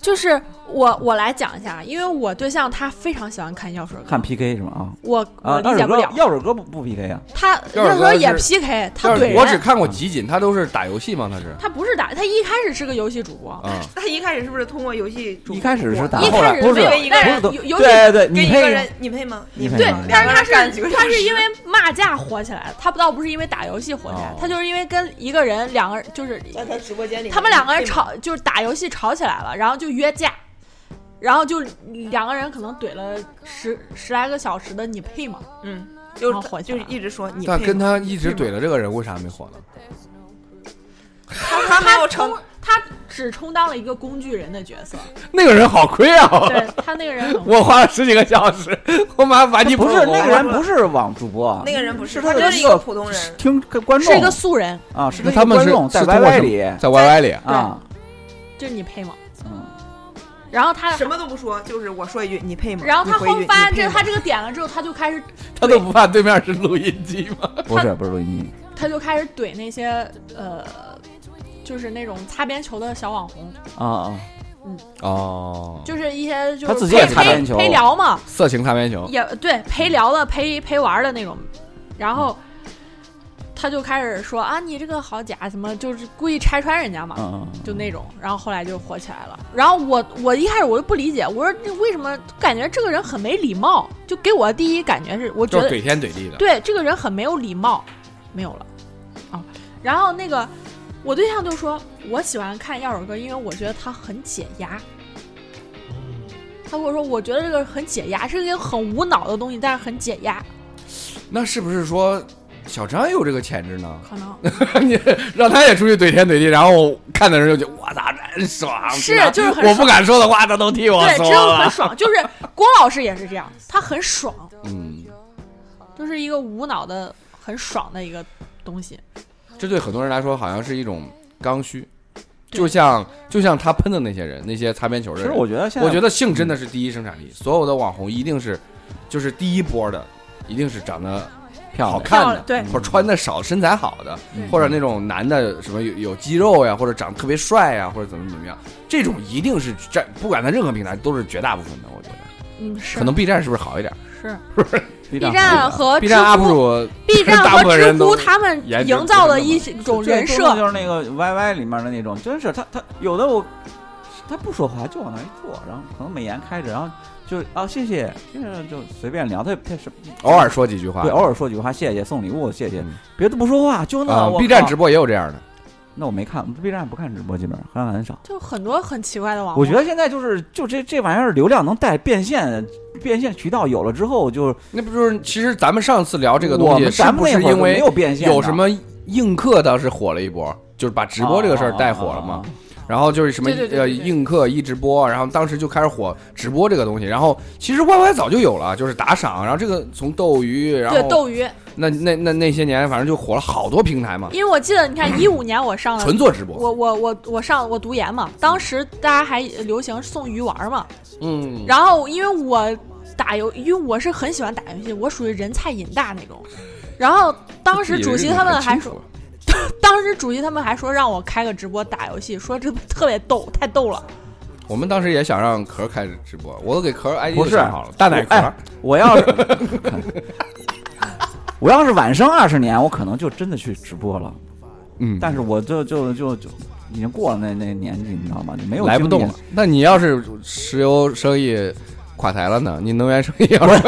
Speaker 3: 就是我，我来讲一下，因为我对象他非常喜欢看药水歌，
Speaker 5: 看 PK 是吗？
Speaker 3: 我
Speaker 5: 啊
Speaker 3: 我
Speaker 5: 啊，
Speaker 3: 呃理
Speaker 5: 二
Speaker 3: 解
Speaker 5: 手
Speaker 3: 不
Speaker 5: 歌
Speaker 3: 了，
Speaker 5: 药水歌不不 PK 啊？
Speaker 3: 他
Speaker 2: 要是
Speaker 3: 那时候
Speaker 2: 说是
Speaker 3: 也 PK，他
Speaker 2: 但是
Speaker 3: 怼
Speaker 2: 我只
Speaker 3: 人，
Speaker 2: 看过集锦，他都是打游戏嘛，他是
Speaker 3: 他不是打，他一开始是个游戏主播，
Speaker 2: 啊，
Speaker 4: 他一开始是不是通过游戏主播？
Speaker 5: 一开始是打，
Speaker 3: 一
Speaker 5: 后
Speaker 3: 开
Speaker 5: 来
Speaker 3: 始
Speaker 5: 不是
Speaker 3: 没有
Speaker 4: 一个人
Speaker 5: 不是都
Speaker 3: 有有
Speaker 5: 对对，
Speaker 4: 跟一
Speaker 5: 你配
Speaker 4: 个
Speaker 5: 吗
Speaker 4: 人你配吗？
Speaker 5: 你配
Speaker 3: 对
Speaker 5: 吗，
Speaker 3: 但是他
Speaker 4: 干几个
Speaker 3: 是
Speaker 4: 小
Speaker 3: 他是
Speaker 4: 时
Speaker 3: 因为骂架火起来的，他倒不是因为打游戏火起来
Speaker 5: 哦，
Speaker 3: 他就是因为跟一个人两个人就是
Speaker 4: 在 他直播间里，
Speaker 3: 他们两个人，吵，就是打游戏吵起来了，然后就约架，然后就两个人可能怼了十十来个小时的，你配吗？
Speaker 4: 嗯，就
Speaker 3: 然后
Speaker 4: 是
Speaker 3: 哦火起
Speaker 4: 就
Speaker 3: 来
Speaker 4: 是一直说你配吗。
Speaker 2: 但跟他一直怼的这个人为啥没火呢？
Speaker 4: 他他没有成
Speaker 3: 充，他只充当了一个工具人的角色，
Speaker 2: 那个人好亏啊！
Speaker 3: 对他那个人很
Speaker 2: 我花了十几个小时，我妈把你
Speaker 5: 不是那
Speaker 2: 人，
Speaker 5: 个人不是网主
Speaker 3: 啊
Speaker 5: 播，
Speaker 4: 那个人不是，
Speaker 5: 他
Speaker 4: 他
Speaker 5: 的
Speaker 4: 就是一个普通人。
Speaker 5: 听观众
Speaker 3: 是一个素人，
Speaker 5: 啊，是
Speaker 2: 那
Speaker 5: 个
Speaker 2: 他们
Speaker 5: 观
Speaker 2: 是
Speaker 5: 众在
Speaker 2: 是通过
Speaker 5: YY
Speaker 2: 什么
Speaker 5: 里
Speaker 2: 在 YY 里
Speaker 5: 啊，
Speaker 3: 就是你配吗？
Speaker 5: 嗯，
Speaker 3: 然后他
Speaker 4: 什么都不说，就是我说一句你配吗？
Speaker 3: 然后他
Speaker 4: 你回一
Speaker 3: 后
Speaker 4: 句
Speaker 3: 发现
Speaker 4: 你配
Speaker 3: 这
Speaker 4: 吗
Speaker 3: 他这个点了之后，他就开始
Speaker 2: 他都不怕对面是录音机吗？
Speaker 5: 不是不是录音机，
Speaker 3: 他就开始怼那些呃，就是那种擦边球的小网红，
Speaker 5: 啊啊，
Speaker 2: 哦，
Speaker 3: 就是一些就是
Speaker 5: 他自己也
Speaker 3: 陪
Speaker 5: 擦边球哦
Speaker 3: 陪陪聊嘛，
Speaker 2: 色情擦边球，
Speaker 3: 也对陪聊的陪陪玩的那种，然后
Speaker 5: 嗯
Speaker 3: 他就开始说啊，你这个好假，什么就是故意拆穿人家
Speaker 2: 啊
Speaker 3: 嘛，
Speaker 5: 嗯嗯，
Speaker 3: 就那种，然后后来就火起来了。然后我我一开始我就不理解，我说这为什么感觉这个人很没礼貌，就给我的第一感觉是，我
Speaker 2: 就
Speaker 3: 觉
Speaker 2: 是
Speaker 3: 得
Speaker 2: 怼天怼地的。
Speaker 3: 对这个人很没有礼貌，没有了啊。然后那个我对象就说，我喜欢看耀手哥，因为我觉得他很解压。嗯他跟我说，我觉得这个很解压，是一个很无脑的东西，但是很解压，
Speaker 2: 那是不是说小张也有这个潜质呢？
Speaker 3: 可能
Speaker 2: 你 让他也出去怼天怼地，然后看的人就觉得我操真爽，
Speaker 3: 是
Speaker 2: 平常
Speaker 3: 就是很
Speaker 2: 我不敢说的话，他都替我啊
Speaker 3: 对，
Speaker 2: 说
Speaker 3: 只有很
Speaker 2: 了。
Speaker 3: 爽。就是郭老师也是这样，他很爽，
Speaker 2: 嗯，
Speaker 3: 就是一个无脑的、很爽的一个东西。
Speaker 2: 这对很多人来说好像是一种刚需，
Speaker 3: 对
Speaker 2: 就像就像他喷的那些人，那些擦边球的
Speaker 5: 其
Speaker 2: 人，
Speaker 5: 实我觉得现在
Speaker 2: 我觉得性真的是第一生产
Speaker 5: 嗯
Speaker 2: 力，所有的网红一定是，就是第一波的，一定是长得
Speaker 5: 漂
Speaker 2: 好
Speaker 5: 亮，
Speaker 2: 看嗯
Speaker 3: 漂
Speaker 2: 的
Speaker 3: 亮，对
Speaker 2: 或者穿的少、身材好的，
Speaker 5: 嗯
Speaker 2: 或者那种男的什么有有肌肉呀，或者长得特别帅呀，或者怎么怎么样，这种一定是占，不管在任何平台都是绝大部分的，我觉得。
Speaker 3: 嗯，是
Speaker 2: 可能 B 站是不是好一点
Speaker 3: 是 B
Speaker 5: B
Speaker 3: 站和
Speaker 5: 呃
Speaker 2: ？B
Speaker 3: 知
Speaker 2: 站 UP
Speaker 3: 乎
Speaker 2: 主
Speaker 3: B 站
Speaker 2: 大部分
Speaker 3: 和知
Speaker 2: 人
Speaker 3: 乎
Speaker 2: 都
Speaker 3: 他们
Speaker 2: 颜值
Speaker 3: 营
Speaker 2: 不
Speaker 3: 造
Speaker 2: 是
Speaker 3: 的
Speaker 2: 那么
Speaker 3: 一种
Speaker 5: 最
Speaker 3: 人
Speaker 5: 多
Speaker 3: 设
Speaker 5: 的，就是那个 YY 里面的那种，真是他他有的我他不说话就往那一坐，然后可能美颜开着，然后就是啊谢谢，就是就随便聊，他也他是
Speaker 2: 偶尔说几句话，
Speaker 5: 对偶尔说几句话谢谢送礼物谢谢
Speaker 2: 嗯，
Speaker 5: 别的不说话就那
Speaker 2: 啊
Speaker 5: 我
Speaker 2: ，B 站
Speaker 5: 靠
Speaker 2: 直播也有这样的，
Speaker 5: 那我没看，B 站不看直播，基本上很很少。
Speaker 3: 就很多很奇怪的网红。
Speaker 5: 我觉得现在就是就这这玩意儿流量能带变现，变现渠道有了之后就
Speaker 2: 那不就是其实咱们上次聊这个
Speaker 5: 我
Speaker 2: 东西
Speaker 5: 们
Speaker 2: 是
Speaker 5: 咱
Speaker 2: 不
Speaker 5: 们
Speaker 2: 是
Speaker 5: 那会儿
Speaker 2: 因为
Speaker 5: 没有变现的，
Speaker 2: 有什么映客当时火了一波，就是把直播这个
Speaker 5: 啊
Speaker 2: 事儿带火了嘛。然后就是什么
Speaker 3: 对对对
Speaker 2: 呃
Speaker 3: 对对
Speaker 2: 映客一直播，然后当时就开始火直播这个东西。然后其实 YY 早就有了，就是打赏，然后这个从斗鱼，然
Speaker 3: 对
Speaker 2: 后啊
Speaker 3: 斗鱼，
Speaker 2: 那那那那些年反正就火了好多平台嘛，
Speaker 3: 因为我记得你看一五年我上
Speaker 2: 嗯
Speaker 3: 了
Speaker 2: 纯做直播。
Speaker 3: 啊我我我我上我读研嘛，当时大家还流行送鱼丸嘛，
Speaker 2: 嗯，
Speaker 3: 然后因为我打游，因为我是很喜欢打游戏，我属于人菜瘾大那种。然后当时主席他们还说，当时主席他们还说让我开个直播打游戏，说这特别逗，太逗了。
Speaker 2: 我们当时也想让壳开直播，我都给壳 ID
Speaker 5: 不是
Speaker 2: 想好了，大奶壳。
Speaker 5: 哎我要是 我要是晚生二十年，我可能就真的去直播了。
Speaker 2: 嗯，
Speaker 5: 但是我就就就就已经过了那那年纪，你知道吗？就没有啊
Speaker 2: 来不
Speaker 5: 精力
Speaker 2: 动了。那你要是石油生意垮台了呢？你能源生意要是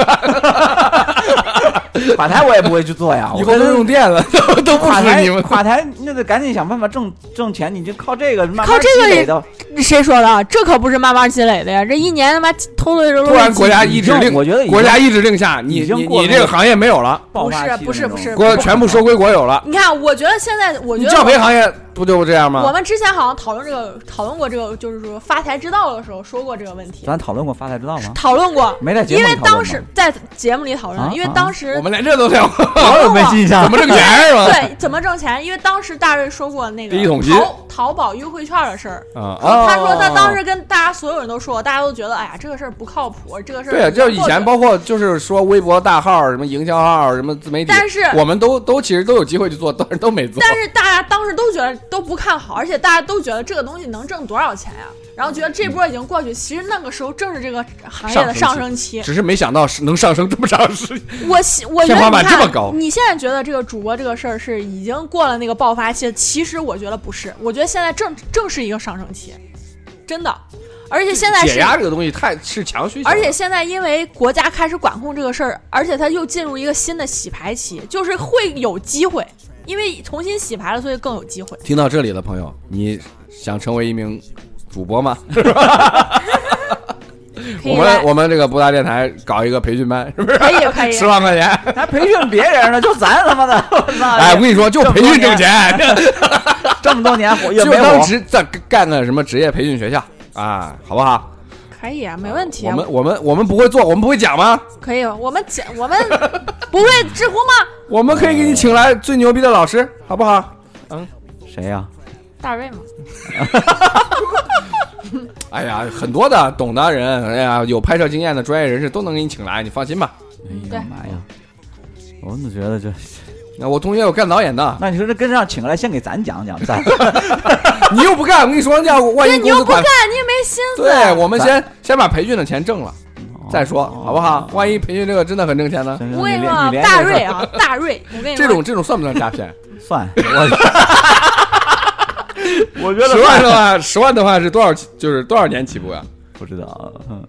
Speaker 5: 垮台我也不会去做呀。
Speaker 2: 以后都
Speaker 5: 我跟
Speaker 2: 用电了，都都不
Speaker 5: 垮
Speaker 2: 是
Speaker 5: 台
Speaker 2: 你们。
Speaker 5: 垮台，那就得赶紧想办法挣挣钱，你就靠这个慢慢
Speaker 3: 靠这个
Speaker 5: 积累的。
Speaker 3: 谁说的？啊这可不是慢慢积累的呀，这一年他妈偷的都
Speaker 2: 突然国家一指令，
Speaker 5: 我觉得已经
Speaker 2: 国家一指令下，你
Speaker 5: 已经
Speaker 2: 你
Speaker 5: 过了
Speaker 2: 你这个行业没有了，
Speaker 5: 爆发期
Speaker 3: 不是
Speaker 5: 那
Speaker 3: 不是
Speaker 5: 种
Speaker 3: 不
Speaker 2: 国全部收归国有了。
Speaker 3: 你看，我觉得现在我觉
Speaker 2: 你
Speaker 3: 得
Speaker 2: 教培
Speaker 3: 我
Speaker 2: 行业不就这样
Speaker 3: 我
Speaker 2: 吗？
Speaker 3: 们之前好像讨论这个讨论过这个，就是说发财之道的时候说过这个问题，
Speaker 5: 咱讨论过发财之道吗？
Speaker 3: 讨论过，
Speaker 5: 没在节目
Speaker 3: 因
Speaker 5: 里
Speaker 3: 为
Speaker 5: 讨论
Speaker 3: 当
Speaker 5: 吗
Speaker 3: 时在节目里讨论，
Speaker 5: 啊
Speaker 3: 因为
Speaker 5: 啊
Speaker 3: 当时
Speaker 2: 我们连这都聊，
Speaker 5: 我有没印象
Speaker 2: 怎么 挣钱是吧？
Speaker 3: 对，怎么挣钱？因为当时大瑞说过那个
Speaker 2: 第一桶金
Speaker 3: 淘淘宝优惠券的事儿。
Speaker 2: 啊，
Speaker 3: 他说他当
Speaker 5: 哦
Speaker 3: 时跟大家所有人都说，大家都觉得哎呀这个事儿不靠谱，这个事儿
Speaker 2: 对，啊就
Speaker 3: 不
Speaker 2: 以
Speaker 3: 靠
Speaker 2: 前
Speaker 3: 谱
Speaker 2: 包括就是说微博大号、什么营销号、什么自媒体，
Speaker 3: 但是
Speaker 2: 我们都都其实都有机会去做，但是都没做。
Speaker 3: 但是大家当时都觉得都不看好，而且大家都觉得这个东西能挣多少钱呀、然后觉得这波已经过去，其实那个时候正是这个行业的上
Speaker 2: 上
Speaker 3: 升期。
Speaker 2: 只是没想到是能上升这么长时间。
Speaker 3: 我希我觉
Speaker 2: 天
Speaker 3: 得
Speaker 2: 花
Speaker 3: 你
Speaker 2: 板这么
Speaker 3: 看
Speaker 2: 高，
Speaker 3: 你现在觉得这个主播这个事儿是已经过了那个爆发期，其实我觉得不是，我觉得现在正正是一个上升期，真的。而且现在
Speaker 2: 解
Speaker 3: 是
Speaker 2: 压这个东西太是强需求，
Speaker 3: 而且现在因为国家开始管控这个事儿，而且它又进入一个新的洗牌期，就是会有机会，因为重新洗牌了，所以更有机会。
Speaker 2: 听到这里的朋友，你想成为一名主播吗？
Speaker 3: 可
Speaker 2: 我
Speaker 3: 以
Speaker 2: 们
Speaker 3: 来，
Speaker 2: 我们这个不搭电台搞一个培训班，是不是？
Speaker 3: 可以可以
Speaker 2: 十，万
Speaker 3: 哎
Speaker 2: 块钱，
Speaker 5: 还培训别人呢，就咱他妈的，我操！
Speaker 2: 哎，我跟你说，就培训挣钱，
Speaker 3: 啊
Speaker 5: 这么多年火也
Speaker 2: 就
Speaker 5: 没
Speaker 2: 当
Speaker 5: 火，
Speaker 2: 职再干个什么职业培训学校啊，好不好？
Speaker 3: 可以啊，没问题
Speaker 2: 我
Speaker 3: 啊。
Speaker 2: 们我们我们不会做，我们不会讲吗？
Speaker 3: 可以，啊我们讲， 我们不会知乎吗？
Speaker 2: 我们可以给你请来最牛逼的老师，好不好？
Speaker 5: 谁呀、
Speaker 3: 大 瑞嘛，
Speaker 2: 哎呀，很多的懂的人，哎呀，有拍摄经验的专业人士都能给你请来，你放心吧。
Speaker 5: 哎
Speaker 3: 对
Speaker 5: 呀妈呀！我怎么觉得这……
Speaker 2: 那我同学有干导演的，
Speaker 5: 啊那你说这跟上请过来，先给咱讲 讲，咱
Speaker 2: 你又不干，哎我跟你说，要万一
Speaker 3: 对，你
Speaker 2: 公
Speaker 3: 又
Speaker 2: 司
Speaker 3: 不干
Speaker 2: 管，，
Speaker 3: 你也没心思。
Speaker 2: 对啊我们先先把培训的钱挣了
Speaker 3: 哦
Speaker 2: 再说，好不好？万一培训这个真的很挣钱呢？
Speaker 5: 行
Speaker 3: 我跟
Speaker 5: 行
Speaker 3: 你说啊
Speaker 5: 你连你，连
Speaker 3: 大
Speaker 5: 这个
Speaker 3: 瑞啊， 大瑞，我跟你说，
Speaker 2: 这种这种算不算诈 骗？
Speaker 5: 算我， 我觉
Speaker 2: 十万的话，十万的话是多少？就是多少年起步呀？
Speaker 5: 不知道，嗯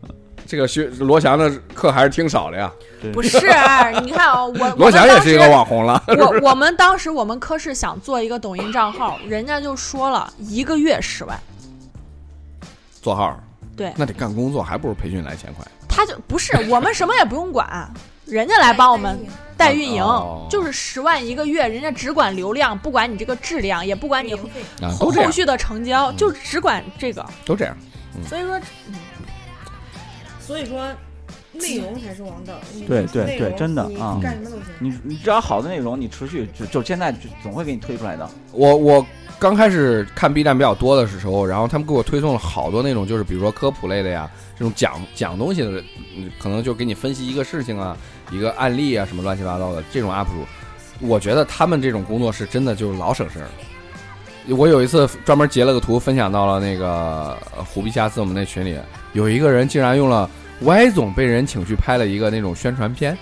Speaker 2: 这个学罗翔的课还是听少了呀。
Speaker 3: 不是 啊，你看啊，我
Speaker 2: 罗翔也是一个。
Speaker 3: 我们当时
Speaker 2: 网红了，
Speaker 3: 我 我们当时我们科室想做一个抖音账号，人家就说了一个月十万，
Speaker 2: 做号
Speaker 3: 对
Speaker 2: 那得干工作，还不如培训来钱快。
Speaker 3: 他就 不是我们什么也不用管，人家来帮我们代运营
Speaker 2: 哦，
Speaker 3: 就是十万一个月，人家只管流量，不管你这个质量，也不管你
Speaker 1: 零费
Speaker 2: 啊，
Speaker 3: 后
Speaker 2: 都这
Speaker 3: 后
Speaker 2: 样，
Speaker 3: 续的成交，就只管这个。
Speaker 2: 都这样。
Speaker 3: 所以说，
Speaker 4: 嗯所以说，内容才是王道。你
Speaker 3: 嗯
Speaker 5: 对
Speaker 4: 你
Speaker 5: 对
Speaker 4: 内
Speaker 5: 对
Speaker 4: 容
Speaker 5: 真的
Speaker 4: 你
Speaker 5: 啊
Speaker 4: 干什么都行。
Speaker 5: 你你只要好的内容，你持续就就现在就总会给你推出来的。
Speaker 2: 我我刚开始看 B 站比较多的时候，然后他们给我推送了好多那种，就是比如说科普类的呀，这种讲讲东西的，嗯可能就给你分析一个事情啊，一个案例啊，什么乱七八糟的这种 UP 主，我觉得他们这种工作是真的就是老省事儿。我有一次专门截了个图，分享到了那个呃虎皮虾子我们那群里，有一个人竟然用了 Y 总被人请去拍了一个那种宣传片，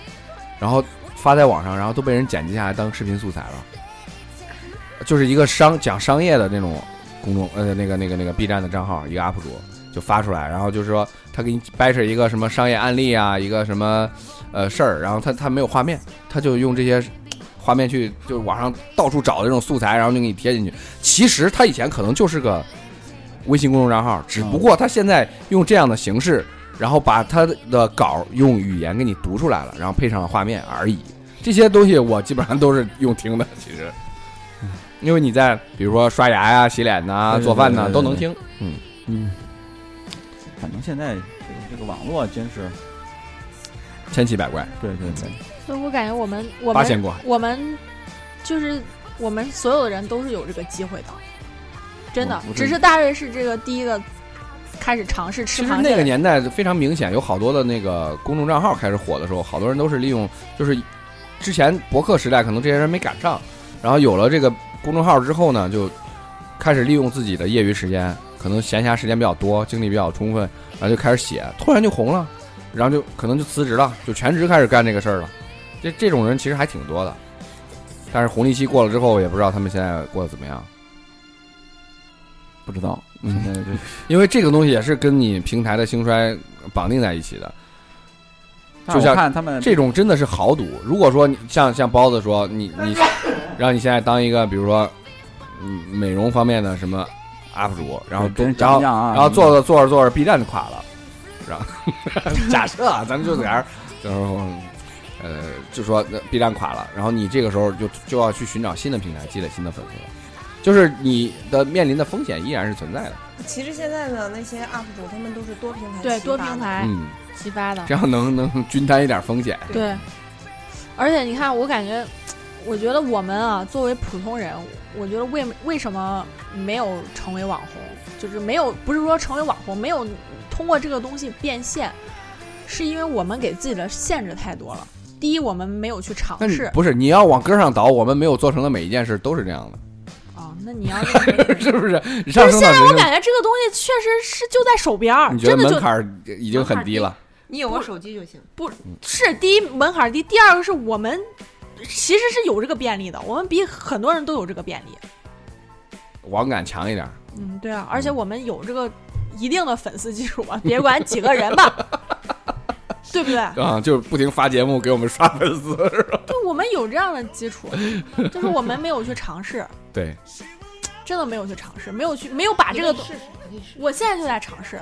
Speaker 2: 然后发在网上，然后都被人剪辑下来当视频素材了。就是一个商讲商业的那种公众呃那个那个那个 B 站的账号，一个 UP 主就发出来，然后就是说他给你掰扯一个什么商业案例啊，一个什么呃事儿，然后他他没有画面，他就用这些画面去就网上到处找这种素材，然后就给你贴进去。其实他以前可能就是个微信公众账号，只不过他现在用这样的形式，然后把他的稿用语言给你读出来了，然后配上了画面而已。这些东西我基本上都是用听的， 其实。因为你在比如说刷牙呀、洗脸呐、
Speaker 5: 对对
Speaker 2: 做饭呐、
Speaker 5: 对对
Speaker 2: 都能听。
Speaker 5: 嗯，反正现在这个这个网络真是，
Speaker 2: 千奇百怪，
Speaker 5: 对对对，
Speaker 3: 所以我感觉我们我
Speaker 2: 八仙
Speaker 3: 们
Speaker 2: 过海。
Speaker 3: 我们就是我们所有的人都是有这个机会的，真的
Speaker 5: 我我，
Speaker 3: 只是大瑞是这个第一个开始尝试吃
Speaker 2: 其
Speaker 3: 螃
Speaker 2: 实
Speaker 3: 蟹的人。
Speaker 2: 那个年代非常明显，有好多的那个公众账号开始火的时候，好多人都是利用，就是之前博客时代，可能这些人没赶上，然后有了这个公众号之后呢，就开始利用自己的业余时间，可能闲暇时间比较多，精力比较充分，然后就开始写，突然就红了，然后就可能就辞职了，就全职开始干这个事儿了。这这种人其实还挺多的，但是红利期过了之后，也不知道他们现在过得怎么样。
Speaker 5: 不知道，
Speaker 2: 嗯
Speaker 5: 现在这
Speaker 2: 因为这个东西也是跟你平台的兴衰绑定在一起的。
Speaker 5: 但是我看他们
Speaker 2: 这种真的是豪赌。如果说你像像包子说你你，让你现在当一个比如说嗯美容方面的什么 UP 主，然后
Speaker 5: 跟人
Speaker 2: 然
Speaker 5: 讲
Speaker 2: 后
Speaker 5: 讲啊，
Speaker 2: 然后做着做着做着，B 站就垮了，然后 假设啊，咱们就这样，然后呃，就说呃 B 站垮了，然后你这个时候就就要去寻找新的平台，积累新的粉丝了，就是你的面临的风险依然是存在的，
Speaker 4: 其实现在呢，那些 UP 主他们都是多平台，
Speaker 3: 对多平，台
Speaker 2: 嗯，啊
Speaker 3: 激发的，
Speaker 2: 这样能能均摊一点风险，
Speaker 3: 对，而且你看，我感觉，我觉得我们啊，作为普通人，我觉得为为什么没有成为网红，就是没有不是说成为网红，没有通过这个东西变现，是因为我们给自己的限制太多了。第一，我们没有去尝
Speaker 2: 但
Speaker 3: 试
Speaker 2: 不是你要往根儿上倒，我们没有做成的每一件事都是这样的，
Speaker 3: 啊、那你要 是
Speaker 2: 是不是？上升到
Speaker 3: 现在
Speaker 2: 人
Speaker 3: 啊我
Speaker 2: 生，
Speaker 3: 感觉这个东西确实是就在手边儿，
Speaker 2: 你觉得
Speaker 3: 真的
Speaker 2: 门
Speaker 3: 就
Speaker 2: 槛儿已经很低了？
Speaker 4: 你有个手机就行。
Speaker 3: 是第一门槛低，第二个是我们其实是有这个便利的，我们比很多人都有这个便利。
Speaker 2: 网感强一点，
Speaker 3: 嗯，对啊，而且我们有这个一定的粉丝基础吧，别管几个人 吧，对不对？
Speaker 2: 啊，就是不停发节目给我们刷粉丝，
Speaker 3: 对，我们有这样的基础，就是我们没有去尝试，
Speaker 2: 对，
Speaker 3: 真的没有去尝试，没有去，没有把这个东，我现在就在尝试，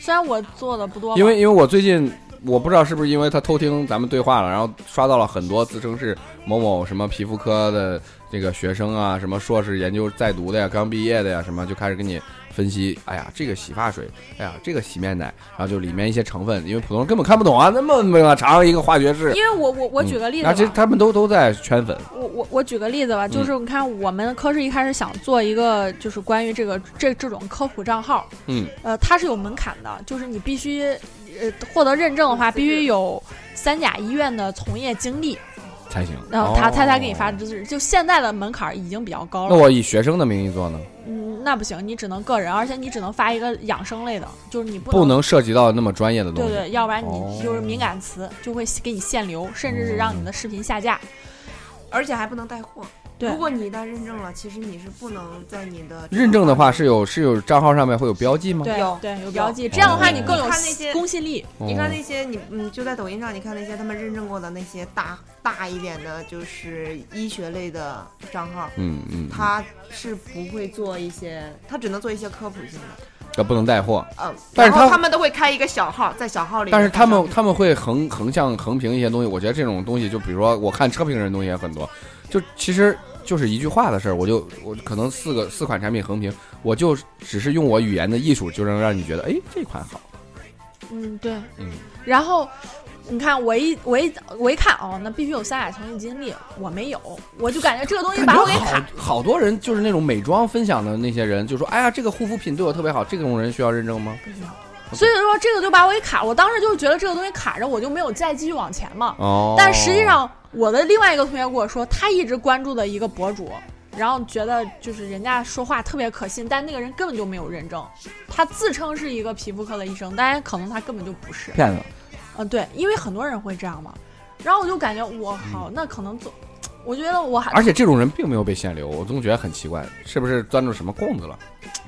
Speaker 3: 虽然我做的不多吧，
Speaker 2: 因为因为我最近我不知道是不是因为他偷听咱们对话了，然后刷到了很多自称是某某什么皮肤科的这个学生啊，什么硕士研究在读的呀，刚毕业的呀，什么就开始跟你分析，哎呀，这个洗发水，哎呀，这个洗面奶，然后就里面一些成分，因为普通人根本看不懂啊，那么么长一个化学式。嗯
Speaker 3: 因为我我我举个例子吧，
Speaker 2: 而且他们都都在圈粉，
Speaker 3: 我我我举个例子吧，
Speaker 2: 嗯
Speaker 3: 就是你看我们科室一开始想做一个就是关于这个这这种科普账号，
Speaker 2: 嗯，
Speaker 3: 呃，它是有门槛的，就是你必须呃获得认证的话，必须有三甲医院的从业经历，
Speaker 2: 才行。
Speaker 3: 然后他他才给你发
Speaker 2: 哦
Speaker 3: 资质。就现在的门槛已经比较高
Speaker 2: 那
Speaker 3: 了，
Speaker 2: 我以学生的名义做呢，
Speaker 3: 嗯，那不行，你只能个人，而且你只能发一个养生类的，就是你不
Speaker 2: 不能涉及到那么专业的东
Speaker 3: 对
Speaker 2: 西。
Speaker 3: 对，要不然
Speaker 2: 哦
Speaker 3: 你就是敏感词就会给你限流，甚至是让你的视频下架。
Speaker 4: 而且还不能带货。
Speaker 3: 对
Speaker 4: 如果你一旦认证了，其实你是不能在你的
Speaker 2: 认证的话是有是有账号上面会有标记吗？
Speaker 3: 对
Speaker 4: 有
Speaker 3: 对有
Speaker 4: 有
Speaker 3: 标记，这样的话你更有
Speaker 4: 你看那些
Speaker 3: 公信力。
Speaker 4: 你看那
Speaker 2: 哦
Speaker 4: 些你嗯，就在抖音上，你看那些他们认证过的那些大大一点的，就是医学类的账号，
Speaker 2: 嗯嗯，
Speaker 4: 他是不会做一些，他只能做一些科普性的，
Speaker 2: 这不能带货，
Speaker 4: 嗯，
Speaker 2: 但
Speaker 4: 然
Speaker 2: 是
Speaker 4: 后
Speaker 2: 他
Speaker 4: 他们都会开一个小号，在小号里，
Speaker 2: 但是他们他们会横横向横评一些东西，我觉得这种东西就比如说我看车评人的东西也很多，就其实就是一句话的事儿，我就我可能四个四款产品横评，我就只是用我语言的艺术就能让你觉得哎这款好，
Speaker 3: 嗯，对，
Speaker 2: 嗯，
Speaker 3: 然后你看我一我一我一看哦，那必须有三甲从业经历，我没有，我就感觉这个东西
Speaker 2: 感
Speaker 3: 哦把
Speaker 2: 觉
Speaker 3: 我给卡
Speaker 2: 好好多人就是那种美妆分享的那些人就说哎呀这个护肤品对我特别好，这种人需要认证吗？
Speaker 3: 所以说这个就把我给卡，我当时就觉得这个东西卡着，我就没有再继续往前嘛。
Speaker 2: 哦，
Speaker 3: 但实际上，我的另外一个同学跟我说，他一直关注的一个博主，然后觉得就是人家说话特别可信，但那个人根本就没有认证，他自称是一个皮肤科的医生，当然可能他根本就不是。
Speaker 5: 骗子，
Speaker 3: 嗯，对，因为很多人会这样嘛。然后我就感觉我
Speaker 2: 嗯
Speaker 3: 靠，那可能做，我觉得我还
Speaker 2: 而且这种人并没有被限流，我总觉得很奇怪，是不是钻住什么空子了？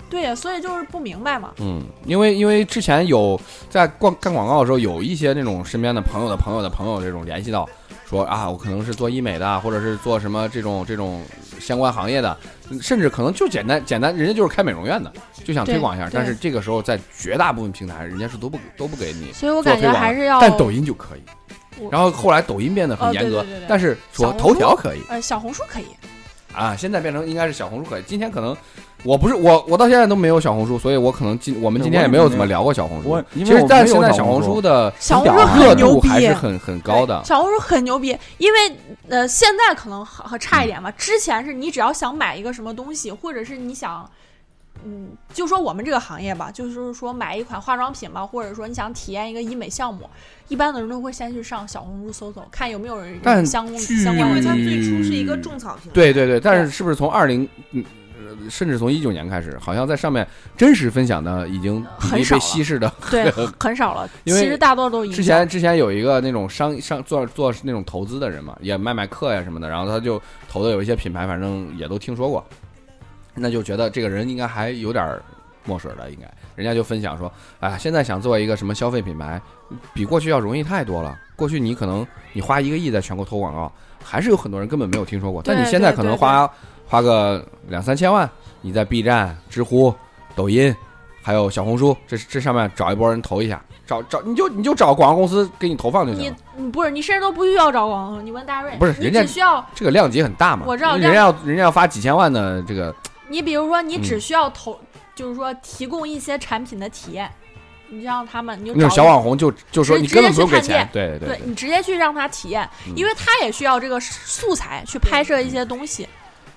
Speaker 3: 对，所以就是不明白嘛。
Speaker 2: 嗯，因为因为之前有在逛干广告的时候，有一些那种身边的朋友的朋友的朋友这种联系到，说啊，我可能是做医美的，或者是做什么这种这种相关行业的，甚至可能就简单简单，人家就是开美容院的，就想推广一下。
Speaker 3: 嗯对
Speaker 2: 但是这个时候在绝大部分平台，人家是都不都不给你
Speaker 3: 所以我
Speaker 2: 做
Speaker 3: 感
Speaker 2: 推
Speaker 3: 觉
Speaker 2: 广的，
Speaker 3: 还是要，
Speaker 2: 但抖音就可以
Speaker 3: 我。
Speaker 2: 然后后来抖音变得很
Speaker 3: 哦
Speaker 2: 严格，
Speaker 3: 对对对对
Speaker 2: 但是说
Speaker 3: 小红
Speaker 2: 头条
Speaker 3: 书
Speaker 2: 可以
Speaker 3: 呃小红书可以，
Speaker 2: 啊，现在变成应该是小红书可以。今天可能我不是我我到现在都没有小红书，所以我可能今我们
Speaker 5: 对
Speaker 2: 今天
Speaker 5: 我
Speaker 2: 也
Speaker 5: 也
Speaker 2: 没有
Speaker 5: 没
Speaker 2: 怎么
Speaker 5: 有
Speaker 2: 聊过小红书
Speaker 5: 我。因
Speaker 2: 其
Speaker 5: 为
Speaker 2: 实
Speaker 5: 我，
Speaker 2: 但
Speaker 5: 没有
Speaker 2: 现在
Speaker 5: 小
Speaker 2: 小
Speaker 5: 红
Speaker 2: 红书的
Speaker 3: 小红
Speaker 5: 屌
Speaker 3: 书
Speaker 5: 啊
Speaker 2: 热
Speaker 3: 很牛
Speaker 2: 度
Speaker 3: 逼，
Speaker 2: 还是很很高的。
Speaker 3: 小红书很牛逼，因为呃现在可能好好差一
Speaker 2: 嗯
Speaker 3: 点吧。之前是你只要想买一个什么东西，或者是你想，嗯，就说我们这个行业吧，就是说买一款化妆品吧，或者说你想体验一个医美项目，一般的人都会先去上小红书搜搜，看有没有人
Speaker 2: 但
Speaker 3: 相关
Speaker 2: 据
Speaker 3: 相
Speaker 4: 因
Speaker 3: 关
Speaker 4: 为
Speaker 3: 的。
Speaker 4: 它最初是一个种草平台，
Speaker 2: 对对对，但是是不是从二零，嗯呃甚至从一九年开始，好像在上面真实分享的已经比
Speaker 3: 很
Speaker 2: 例
Speaker 3: 少
Speaker 2: 被
Speaker 3: 了
Speaker 2: 稀释的。
Speaker 3: 对，很很少了。其
Speaker 2: 因为
Speaker 3: 实大多都已经
Speaker 2: 之前之前有一个那种商商做做那种投资的人嘛，也卖卖课呀什么的，然后他就投的有一些品牌，反正也都听说过，那就觉得这个人应该还有点儿墨水了，应该人家就分享说，哎，现在想做一个什么消费品牌，比过去要容易太多了。过去你可能你花一个亿在全国投广告，还是有很多人根本没有听说过，
Speaker 3: 对
Speaker 2: 但你现在可能花花个两三千万，你在 B 站、知乎、抖音，还有小红书这这上面找一波人投一下，找找你就你就找广告公司给你投放就行
Speaker 3: 你
Speaker 2: 了。
Speaker 3: 你不是你甚至都不需要找广告，你问大瑞，
Speaker 2: 不是
Speaker 3: 你
Speaker 2: 人家
Speaker 3: 只需要
Speaker 2: 这个量级很大嘛，
Speaker 3: 我知道
Speaker 2: 人家要人家要发几千万的这个，
Speaker 3: 你比如说你
Speaker 2: 嗯
Speaker 3: 只需要投，就是说提供一些产品的体验，你就让他们你就
Speaker 2: 那种
Speaker 3: 找
Speaker 2: 小网红就就说
Speaker 3: 直
Speaker 2: 你根本不用
Speaker 3: 直接
Speaker 2: 给
Speaker 3: 去探
Speaker 2: 钱对
Speaker 3: 店，
Speaker 2: 对
Speaker 3: 对你直接去让他体验，
Speaker 2: 嗯
Speaker 3: 因为他也需要这个素材去拍摄一些东西，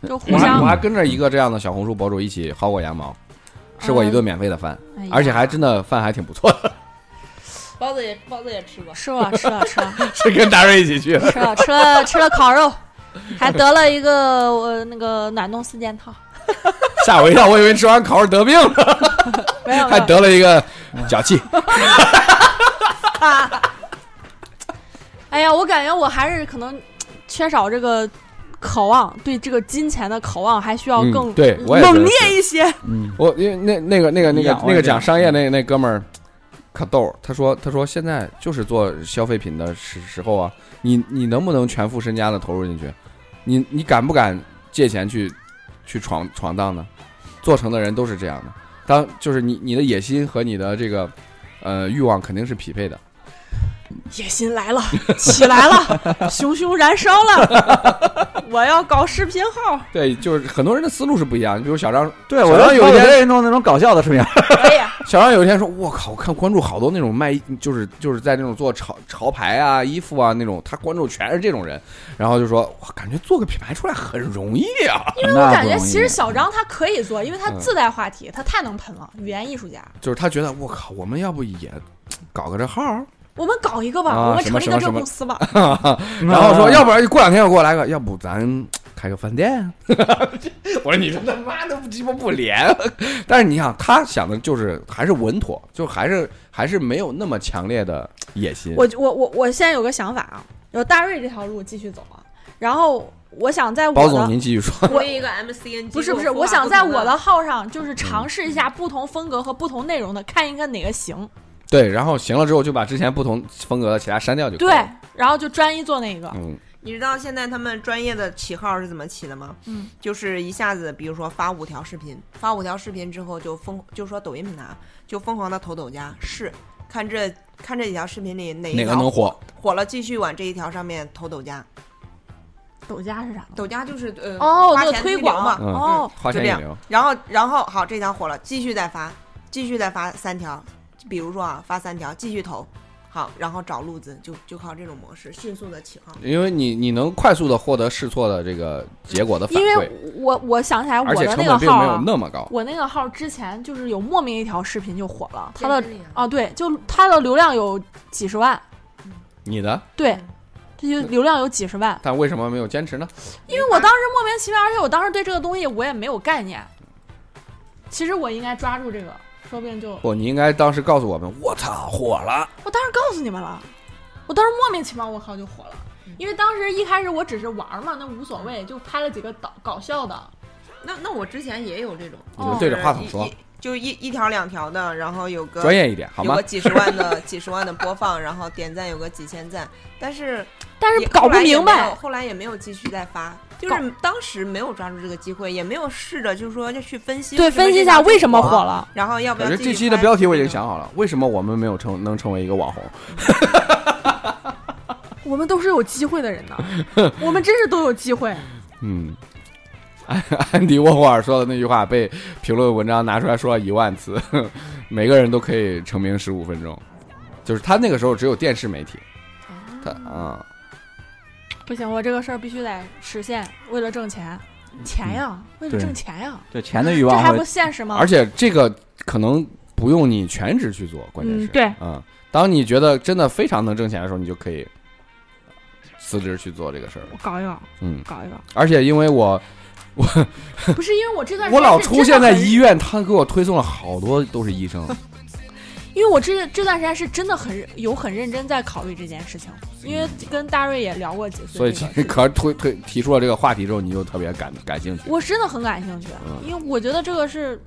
Speaker 3: 就互
Speaker 2: 我还
Speaker 3: 相
Speaker 2: 嗯我。还跟着一个这样的小红书博主一起薅过羊毛，吃过一顿免费的饭，
Speaker 3: 嗯哎呀
Speaker 2: 而且还真的饭还挺不错的，
Speaker 6: 包子也包子也吃 过，
Speaker 3: 吃了吃了吃了
Speaker 2: 是跟达瑞一起去的。
Speaker 3: 吃了吃了吃了烤肉，还得了一个呃那个暖冬四件套，
Speaker 2: 吓我一跳，我以为吃完烤肉得病了，
Speaker 3: 没有没
Speaker 2: 还
Speaker 3: 有，
Speaker 2: 得了一个脚气。
Speaker 3: 哎呀，我感觉我还是可能嗯缺少这个渴望，对这个金钱的渴望还需要
Speaker 2: 嗯
Speaker 3: 更
Speaker 2: 对我也觉得
Speaker 3: 猛烈
Speaker 2: 是
Speaker 3: 一些。
Speaker 5: 嗯，
Speaker 2: 我因为那那个那个那
Speaker 5: 一
Speaker 2: 个
Speaker 5: 样我
Speaker 2: 那
Speaker 5: 也
Speaker 2: 个
Speaker 5: 这样
Speaker 2: 讲商业那那哥们儿可逗儿，他说他说现在就是做消费品的时时候啊，你你能不能全副身家的投入进去？你你敢不敢借钱去去闯闯荡呢？做成的人都是这样的，当就是你你的野心和你的这个呃欲望肯定是匹配的。
Speaker 3: 野心来了，起 来了，熊熊燃烧了，我要搞视频号。
Speaker 2: 对，就是很多人的思路是不一样。比如小张，
Speaker 5: 对
Speaker 2: 小张有一
Speaker 5: 有
Speaker 2: 天
Speaker 5: 些人弄那种搞笑的视频，
Speaker 3: 哎呀，
Speaker 2: 小张有一天说：“我靠，我看关注好多那种卖，就是就是在那种做潮潮牌啊、衣服啊那种，他关注全是这种人。”然后就说：“我感觉做个品牌出来很容易啊。
Speaker 5: 因为
Speaker 3: 我感觉其实小张他可以做，因为他
Speaker 2: 嗯
Speaker 3: 自带话题，他太能喷了，语言艺术家。”
Speaker 2: 就是他觉得：“我靠，我们要不也搞个这号儿
Speaker 3: 我们搞一个吧，
Speaker 2: 啊
Speaker 3: 我们成立一个这
Speaker 2: 什么什
Speaker 3: 个
Speaker 2: 么
Speaker 3: 公司吧。
Speaker 5: 嗯
Speaker 2: 然后说：“要不然过两天又给我来个，要不咱开个饭店？” 我说：“你这他妈的鸡巴不廉。”但是你想，他想的就是还是稳妥，就还是还是没有那么强烈的野心。
Speaker 3: 我我我我现在有个想法啊，有大瑞这条路继续走啊，然后我想在我
Speaker 2: 包总，
Speaker 3: 的
Speaker 2: 您继续说。
Speaker 6: 我一个 MCN，
Speaker 3: 不是不是，我想在我的号上
Speaker 2: 嗯
Speaker 3: 就是尝试一下不同风格和不同内容的，看一看哪个行。
Speaker 2: 对，然后行了之后就把之前不同风格的其他删掉就可以
Speaker 3: 对
Speaker 2: 了。，
Speaker 3: 然后就专一做那个。
Speaker 2: 嗯，
Speaker 4: 你知道现在他们专业的起号是怎么起的吗？
Speaker 3: 嗯，
Speaker 4: 就是一下子，比如说发五条视频，发五条视频之后就疯，就说抖音平台啊就疯狂的投抖加试，看这看这几条视频里哪一
Speaker 2: 哪
Speaker 4: 条
Speaker 2: 个能火？
Speaker 4: 火了，继续往这一条上面投抖加。
Speaker 3: 抖加是啥？
Speaker 4: 抖加就是呃
Speaker 3: 哦，
Speaker 4: 花
Speaker 3: 做
Speaker 4: 钱
Speaker 3: 推
Speaker 4: 预留
Speaker 3: 广
Speaker 4: 嘛，
Speaker 2: 嗯
Speaker 3: 哦，
Speaker 2: 花
Speaker 4: 就
Speaker 2: 钱
Speaker 4: 这
Speaker 2: 也
Speaker 4: 样
Speaker 2: 流。
Speaker 4: 然后然后好这条火了，继续再发，继续再发三条，比如说啊发三条继续投，好，然后找路子就就靠这种模式迅速的起号。
Speaker 2: 因为你你能快速的获得试错的这个结果的反
Speaker 3: 因为
Speaker 2: 馈，
Speaker 3: 我我想起来我
Speaker 2: 而且
Speaker 3: 的
Speaker 2: 成
Speaker 3: 那
Speaker 2: 本
Speaker 3: 个
Speaker 2: 并
Speaker 3: 号
Speaker 2: 没有
Speaker 3: 啊，
Speaker 2: 那么高。
Speaker 3: 我那个号之前就是有莫名一条视频就火了，他
Speaker 6: 他
Speaker 3: 的啊对，就他的流量有几十万，
Speaker 2: 你的，
Speaker 3: 对，这就流量有几十万。
Speaker 2: 但为什么没有坚持呢？
Speaker 3: 因为我当时莫名其妙，而且我当时对这个东西我也没有概念。其实我应该抓住这个，说不定就
Speaker 2: 哦不，你应该当时告诉我们，我操，火了！
Speaker 3: 我当时告诉你们了，我当时莫名其妙，我靠就火了。因为当时一开始我只是玩儿嘛，那无所谓，就拍了几个搞搞笑的。
Speaker 4: 那那我之前也有这种，
Speaker 2: 你
Speaker 3: 哦
Speaker 2: 就对着话筒说
Speaker 4: 一，，一就一一条两条的，然后有个
Speaker 2: 专业一点好
Speaker 4: 有
Speaker 2: 吗
Speaker 4: 个？几十万的几十万的播放，然后点赞有个几千赞，但是
Speaker 3: 但
Speaker 4: 也
Speaker 3: 是搞
Speaker 4: 后
Speaker 3: 不
Speaker 4: 来也
Speaker 3: 明
Speaker 4: 没有
Speaker 3: 白，
Speaker 4: 后来也没有继续再发，就是当时没有抓住这个机会，也没有试着就是说要去分析，
Speaker 3: 对，分析一下为什么火
Speaker 4: 火，
Speaker 3: 了。
Speaker 4: 然后要不
Speaker 2: 我
Speaker 4: 要
Speaker 2: 觉得
Speaker 4: 继续
Speaker 2: 这期的
Speaker 4: 发
Speaker 2: 标题我已经想好了，为什么我们没有成能成为一个网红？
Speaker 3: 我们都是有机会的人呢，我们真是都有机会。
Speaker 2: 嗯，安 安迪沃霍尔说的那句话被评论文章拿出来说了一万次， 每个人都可以成名十五分钟，就是他那个时候只有电视媒体，他
Speaker 3: 嗯
Speaker 2: 啊、
Speaker 3: 不行，我这个事儿必须得实现，为了挣钱，钱呀，为了
Speaker 5: 对
Speaker 3: 挣钱呀，
Speaker 5: 就钱的欲
Speaker 3: 这
Speaker 5: 望
Speaker 3: 还
Speaker 5: 会
Speaker 3: 不现实吗？
Speaker 2: 而且这个可能不用你全职去做，关键是、
Speaker 3: 嗯对
Speaker 2: 嗯，当你觉得真的非常能挣钱的时候，你就可以辞职去做这个事儿了
Speaker 3: 我，搞一搞，
Speaker 2: 嗯，
Speaker 3: 搞一
Speaker 2: 而且因为我
Speaker 3: 搞，不是因为我这段时
Speaker 2: 我
Speaker 3: 间
Speaker 2: 老
Speaker 3: 是
Speaker 2: 出
Speaker 3: 真的
Speaker 2: 现在
Speaker 3: 很
Speaker 2: 医院，他给我推送了好多都是医 生，
Speaker 3: 因为我这这段时间是真的很认有很认真在考虑这件事情，因为跟大瑞也聊过几次，
Speaker 2: 所以
Speaker 3: 这
Speaker 2: 其
Speaker 3: 个
Speaker 2: 实
Speaker 3: 事情
Speaker 2: 可是推推提出了这个话题之后，你就特别感感兴趣。
Speaker 3: 我真的很感兴趣，啊
Speaker 2: 嗯
Speaker 3: 因为我觉得这个是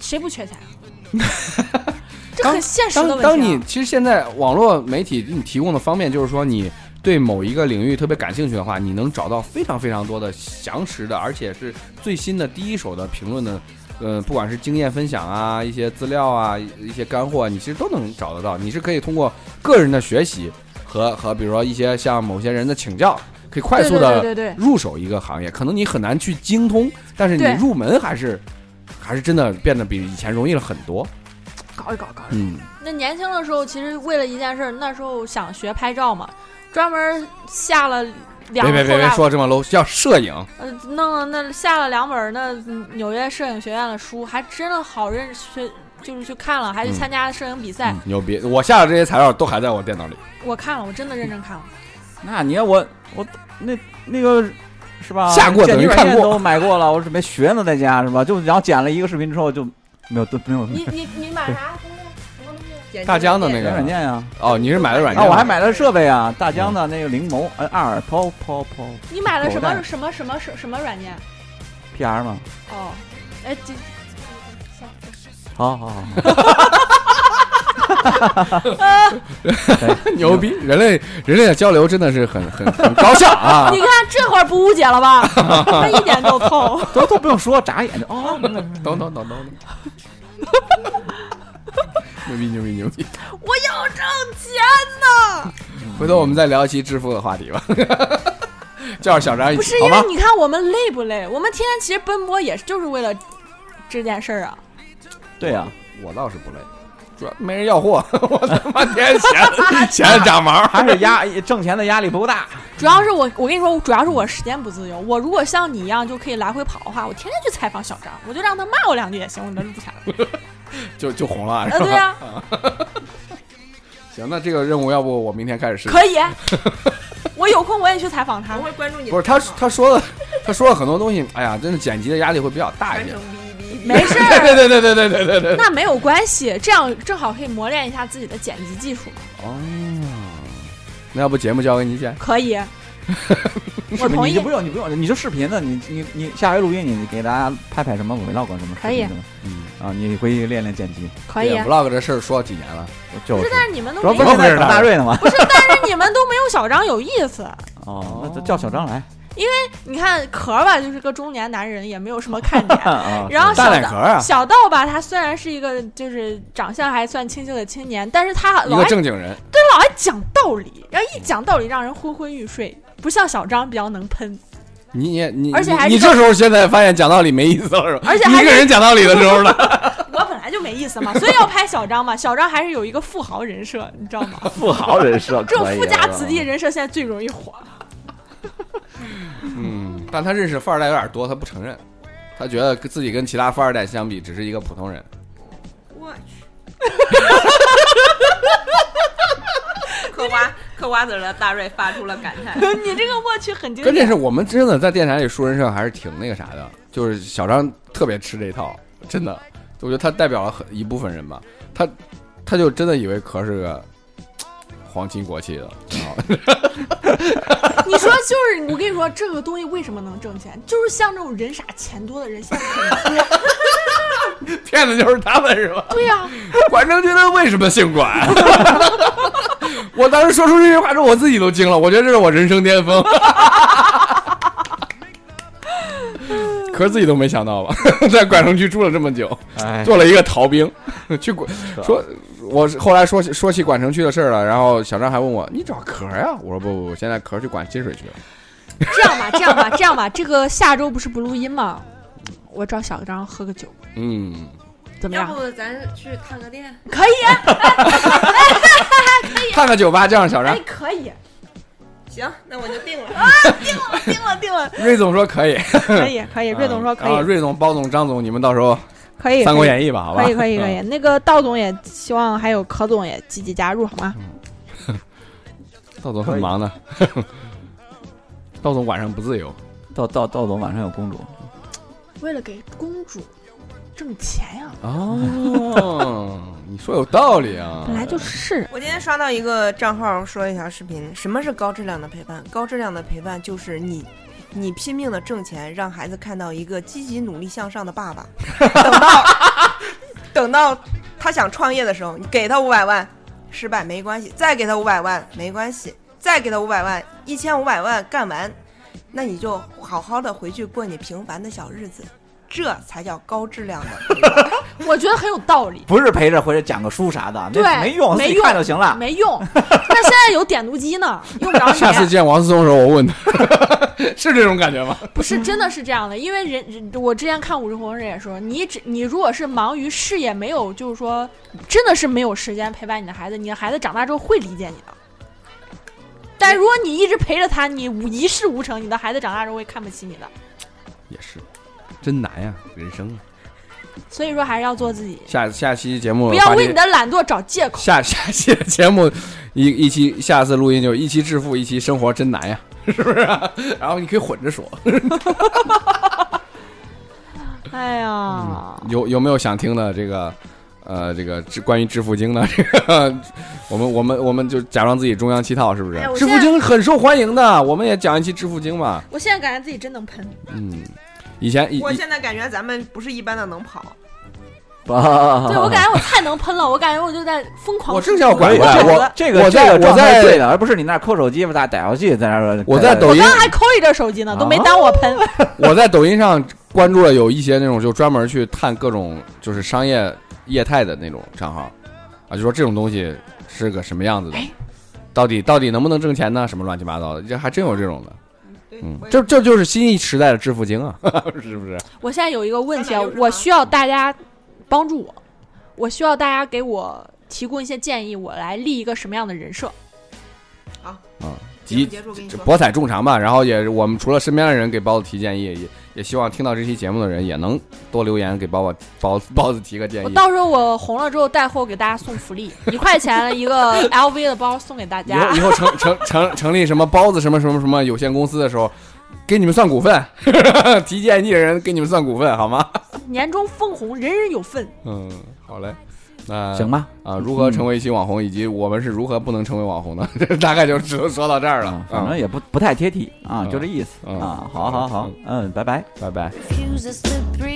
Speaker 3: 谁不缺钱啊？这
Speaker 2: 当
Speaker 3: 很现实的
Speaker 2: 当
Speaker 3: 问题啊、
Speaker 2: 当你其实现在网络媒体给你提供的方便，就是说你对某一个领域特别感兴趣的话，你能找到非常非常多的详实的，而且是最新的第一手的评论的，呃，不管是经验分享啊、一些资料啊、一一些干货啊，你其实都能找得到。你是可以通过个人的学习和和比如说一些向某些人的请教，可以快速
Speaker 3: 对对
Speaker 2: 的
Speaker 3: 对对对
Speaker 2: 入手一个行业。可能你很难去精通，但是你
Speaker 3: 对
Speaker 2: 入门还是还是真的变得比以前容易了很多。
Speaker 3: 搞一搞搞一搞。
Speaker 2: 嗯，
Speaker 3: 那年轻的时候，其实为了一件事儿，那时候想学拍照嘛，专门下了
Speaker 2: 别
Speaker 3: 两个
Speaker 2: 别别
Speaker 3: 后
Speaker 2: 别
Speaker 3: 大
Speaker 2: 说这么 low，叫摄影。
Speaker 3: 呃，弄了那下了两本儿那纽约摄影学院的书，还真的好认识，就是去看了，还去参加摄影比赛。
Speaker 2: 嗯牛逼！我下的这些材料都还在我电脑里。
Speaker 3: 我看了，我真的认真看了。
Speaker 5: 那你要我我那那个是吧？
Speaker 2: 下过
Speaker 5: 剪
Speaker 2: 等于
Speaker 5: 辑
Speaker 2: 看
Speaker 5: 软件
Speaker 2: 过
Speaker 5: 都买过了，我准备学呢，在家是吧？就然后剪了一个视频之后就没有都没有
Speaker 6: 你你你买啥东西？什么东西？
Speaker 2: 大疆的那
Speaker 5: 剪辑
Speaker 2: 个
Speaker 5: 软件呀、
Speaker 2: 哦，你是买的软件？
Speaker 5: 啊，我还。买了设备啊，大疆的那个灵眸 N 二 Pro Pro Pro
Speaker 3: 你买了什
Speaker 5: 狗
Speaker 3: 么
Speaker 5: 蛋
Speaker 3: 什么什么什什么软件？
Speaker 5: PR 嘛。
Speaker 3: 哦，哎， 这
Speaker 5: 好好好，
Speaker 3: 呃
Speaker 2: 牛逼！人类人类的交流真的是很很很高效啊
Speaker 3: 你！看这会儿不误解了吧？他一点都 透。
Speaker 5: 都都不用说，眨眼就哦， 明白明白
Speaker 2: 等等等等等。牛逼牛逼牛逼！
Speaker 3: 我要挣钱呢，
Speaker 2: 回头我们再聊一期致富的话题吧。叫上小
Speaker 5: 哎
Speaker 2: 张一
Speaker 3: 不
Speaker 2: 起
Speaker 3: 是
Speaker 2: 好
Speaker 3: 因为
Speaker 2: 吗？
Speaker 3: 你看我们累不累？我们天天其实奔波也是就是为了这件事儿啊。
Speaker 5: 对呀、
Speaker 2: 我倒是不累，主要没人要货， 我他妈天天闲 闲着长毛。
Speaker 5: 还是压挣钱的压力不够大。
Speaker 3: 主要是我，我跟你说，主要是我时间不自由。我如果像你一样就可以来回跑的话，我天天去采访小张，我就让他骂我两句也行，我能录下 来。
Speaker 2: 就就红了，是
Speaker 3: 呃，
Speaker 2: 吧？
Speaker 3: 对呀、
Speaker 2: 行，那这个任务要不我明天开始试试？
Speaker 3: 可 以。啊我有空我也去采访他
Speaker 6: 我。会关注你的
Speaker 2: 不是他
Speaker 6: 账号
Speaker 2: 他说的，他说了很多东西，哎呀，真的剪辑的压力会比较大一
Speaker 6: 全
Speaker 2: 点
Speaker 6: 程。哔哔哔。
Speaker 3: 没事
Speaker 2: 对
Speaker 3: 儿，
Speaker 2: 对对对对对对对。
Speaker 3: 那没有关系，这样正好可以磨练一下自己的剪辑技术。
Speaker 2: 哦，那要不节目交给你剪？
Speaker 3: 可以，我同
Speaker 5: 你就
Speaker 3: 意
Speaker 5: 不。用，你不用，你就视频的，你你你下回录音，你给大家拍拍什么 vlog 什么视
Speaker 3: 可以
Speaker 5: 频什么
Speaker 2: 嗯，
Speaker 5: 啊，你回去练练剪辑，
Speaker 3: 可以。
Speaker 2: vlog 这事儿说了几年了，
Speaker 5: 就
Speaker 3: 不
Speaker 5: 是
Speaker 3: 是，但是你们都
Speaker 5: 主要
Speaker 3: 没
Speaker 5: 不
Speaker 3: 有
Speaker 2: 不
Speaker 5: 是，现在
Speaker 2: 是
Speaker 5: 找大瑞呢吗？
Speaker 3: 但是你们都没有小张有意思。
Speaker 5: 哦，那就叫小张来
Speaker 3: 你看壳儿吧，就是个中年男人，也没有什么看 点。
Speaker 5: 啊。
Speaker 3: 然后
Speaker 2: 大
Speaker 3: 小
Speaker 2: 奶
Speaker 3: 道
Speaker 2: 壳 啊
Speaker 3: 小道吧，他虽然是一个就是长相还算清秀的青年，但是他
Speaker 2: 一
Speaker 3: 老
Speaker 2: 个
Speaker 3: 爱
Speaker 2: 正经人。
Speaker 3: 老爱讲道理，然后一讲道理让人昏昏欲睡，不像小张比较能喷。
Speaker 2: 你也你，
Speaker 3: 而且还是
Speaker 2: 你你这时候现在发现讲道理没意思了是吧？
Speaker 3: 而且
Speaker 2: 你
Speaker 3: 还
Speaker 2: 一
Speaker 3: 是
Speaker 2: 个人讲道理的时候 呢，
Speaker 3: 我本来就没意思嘛，所以要拍小张嘛。小张还是有一个富豪人设，你知道 吗？
Speaker 5: 富豪人设，
Speaker 3: 这种
Speaker 5: 可以
Speaker 3: 富家
Speaker 5: 啊
Speaker 3: 子弟人设现在最容易火。
Speaker 2: 嗯，但他认识富二代有点多，他不承认，他觉得自己跟其他富二代相比只是一个普通人。
Speaker 6: 我 去。嗑瓜嗑瓜子儿的大瑞发出了感 叹。
Speaker 3: 你这个我去很经
Speaker 2: 关键
Speaker 3: 典
Speaker 2: 是。我们真的在电台里说人设还是挺那个啥的，就是小张特别吃这套，真的，我觉得他代表了很一部分人吧，他他就真的以为壳是个皇亲国戚的，啊
Speaker 3: 你说就是，我跟你说这个东西为什么能挣钱，就是像这种人傻钱多的人现在很多。
Speaker 2: 骗子就是他们是吧？
Speaker 3: 对呀、
Speaker 2: 管正觉得为什么姓管？ 我当时说出这句话之后，我自己都惊了，我觉得这是我人生巅峰。 壳自己都没想到吧， 在管城区住了这么久。
Speaker 5: 哎，
Speaker 2: 做了一个逃兵， 去管说，我是后来说起说起管城区的事儿了，然后小张还问我你找壳呀、我说不不不，现在壳去管金水去了。
Speaker 3: 这样吧，这样吧，这样吧，这个下周不是不录音吗？我找小张喝个酒，
Speaker 2: 嗯，
Speaker 3: 怎么
Speaker 6: 要
Speaker 3: 样？
Speaker 6: 不咱去探个店？
Speaker 3: 可以啊，
Speaker 2: 看看酒吧叫上小张
Speaker 3: 哎，，可以，
Speaker 6: 行，那我就定了。
Speaker 3: 定了，定了，
Speaker 2: 瑞总说可以，
Speaker 3: 可以，可以。哎瑞总说可
Speaker 2: 啊，
Speaker 3: 以，
Speaker 2: 瑞总、包总、张总，你们到时候《
Speaker 3: 可以，
Speaker 2: 三国
Speaker 3: 义
Speaker 2: 演义》吧，好吧？嗯
Speaker 3: 可以，可以，可以。那个道总也希望还有柯总也积极加入，好吗？
Speaker 2: 嗯。道总很忙 的，道总晚上不自由，
Speaker 5: 道道道总晚上有公主，
Speaker 3: 为了给公主挣钱啊呀，
Speaker 2: 哦，你说有道理啊，
Speaker 3: 本来就是。
Speaker 4: 我今天刷到一个账号说一条视频，什么是高质量的陪伴？高质量的陪伴就是你，你拼命的挣钱，让孩子看到一个积极努力向上的爸爸。等到，等到他想创业的时候，你给他五百万，失败没关系；再给他五百万，没关系；再给他五百万，一千五百万干完，那你就好好的回去过你平凡的小日子，这才叫高质量的陪伴。
Speaker 2: 嗯
Speaker 3: 我觉得很有道理。
Speaker 5: 不是陪着回来讲个书啥的，
Speaker 3: 对
Speaker 5: 那没用，
Speaker 3: 没
Speaker 5: 自己
Speaker 3: 用
Speaker 5: 看就行了。
Speaker 3: 没用，那现在有点读机呢，用不着
Speaker 2: 下次
Speaker 3: 你。啊
Speaker 2: 见王思聪的时候，我问他， 是这种感觉吗？
Speaker 3: 不是，真的是这样的，因为人人我之前看《五十红人》也说，你只你如果是忙于事业，没有就是说真的是没有时间陪伴你的孩子，你的孩子长大之后会理解你的。但如果你一直陪着他，你无一事无成，你的孩子长大之后会看不起你的。
Speaker 2: 也是，真难呀，人生啊。
Speaker 3: 所以说，还是要做自己，
Speaker 2: 下下期节目
Speaker 3: 不要
Speaker 2: 发
Speaker 3: 为
Speaker 2: 现
Speaker 3: 你的懒惰找借口。
Speaker 2: 下下期的节目一一期，下次录音就一期致富，一期生活真难呀， 是不是啊、然后你可以混着说，
Speaker 3: 哎呀，
Speaker 2: 有有没有想听的这个？呃，这个致关于致富经的 这个，我们我们我们就假装自己中央七套，是不是
Speaker 3: 哎？我
Speaker 2: 致富
Speaker 3: 现在
Speaker 2: 经很受欢迎的，我们也讲一期致富经嘛。
Speaker 3: 我现在感觉自己真能喷。
Speaker 2: 嗯，以前以
Speaker 4: 我
Speaker 2: 以
Speaker 4: 现在感觉咱们不是一般的能跑，
Speaker 5: 对
Speaker 3: 对我感觉我太能喷了，我感觉我就在疯狂。
Speaker 2: 我正想管
Speaker 5: 可以
Speaker 2: 我
Speaker 5: 的，
Speaker 4: 我
Speaker 5: 这个
Speaker 2: 我在
Speaker 5: 这个状态
Speaker 2: 我在
Speaker 5: 是对的，而不是你那儿抠手机吧，打打游戏在那儿。
Speaker 2: 我在抖
Speaker 3: 我
Speaker 2: 音
Speaker 3: 刚刚还抠一阵手机呢，都
Speaker 2: 啊
Speaker 3: 没当我喷。
Speaker 2: 我在抖音上关注了有一些那种就专门去探各种就是商业业态的那种账号，啊，就说这种东西是个什么样子的，到底到底能不能挣钱呢？什么乱七八糟的，这还真有这种的。
Speaker 4: 对
Speaker 2: 嗯，
Speaker 4: 我也
Speaker 2: 这这就是新一时代的致富经啊， 是不是？
Speaker 3: 我现在有一个问题啊
Speaker 4: 三百六，十
Speaker 3: 我
Speaker 4: 行
Speaker 3: 需要大家帮助我，我需要大家给我提供一些建议，我来立一个什么样的人设？
Speaker 4: 节目
Speaker 2: 集
Speaker 4: 结束跟你
Speaker 2: 这
Speaker 4: 说。
Speaker 2: 博采众长吧，然后也我们除了身边的人给包子提建议，也也希望听到这期节目的人也能多留言给包包包包子提个建
Speaker 3: 我
Speaker 2: 议。
Speaker 3: 到时候我红了之后带货给大家送福利，一块钱的一个 LV 的包送给大
Speaker 2: 以后
Speaker 3: 家
Speaker 2: 以。后成成成成立什么包子什么什么什么有限公司的时候，给你们算股份， 提建议的人给你们算股份好吗？
Speaker 3: 年终分红，人人有份。
Speaker 2: 嗯，好嘞，那
Speaker 5: 行嗯吧，
Speaker 2: 啊，如何成为一期网红，以及我们是如何不能成为网红的， 这大概就只能说到这儿了
Speaker 5: 嗯。
Speaker 2: 嗯，
Speaker 5: 反正也不不太贴题啊，
Speaker 2: 嗯
Speaker 5: 就这意思
Speaker 2: 嗯
Speaker 5: 啊。好好好，嗯，拜拜。
Speaker 2: 拜拜。
Speaker 1: refuses to breathe.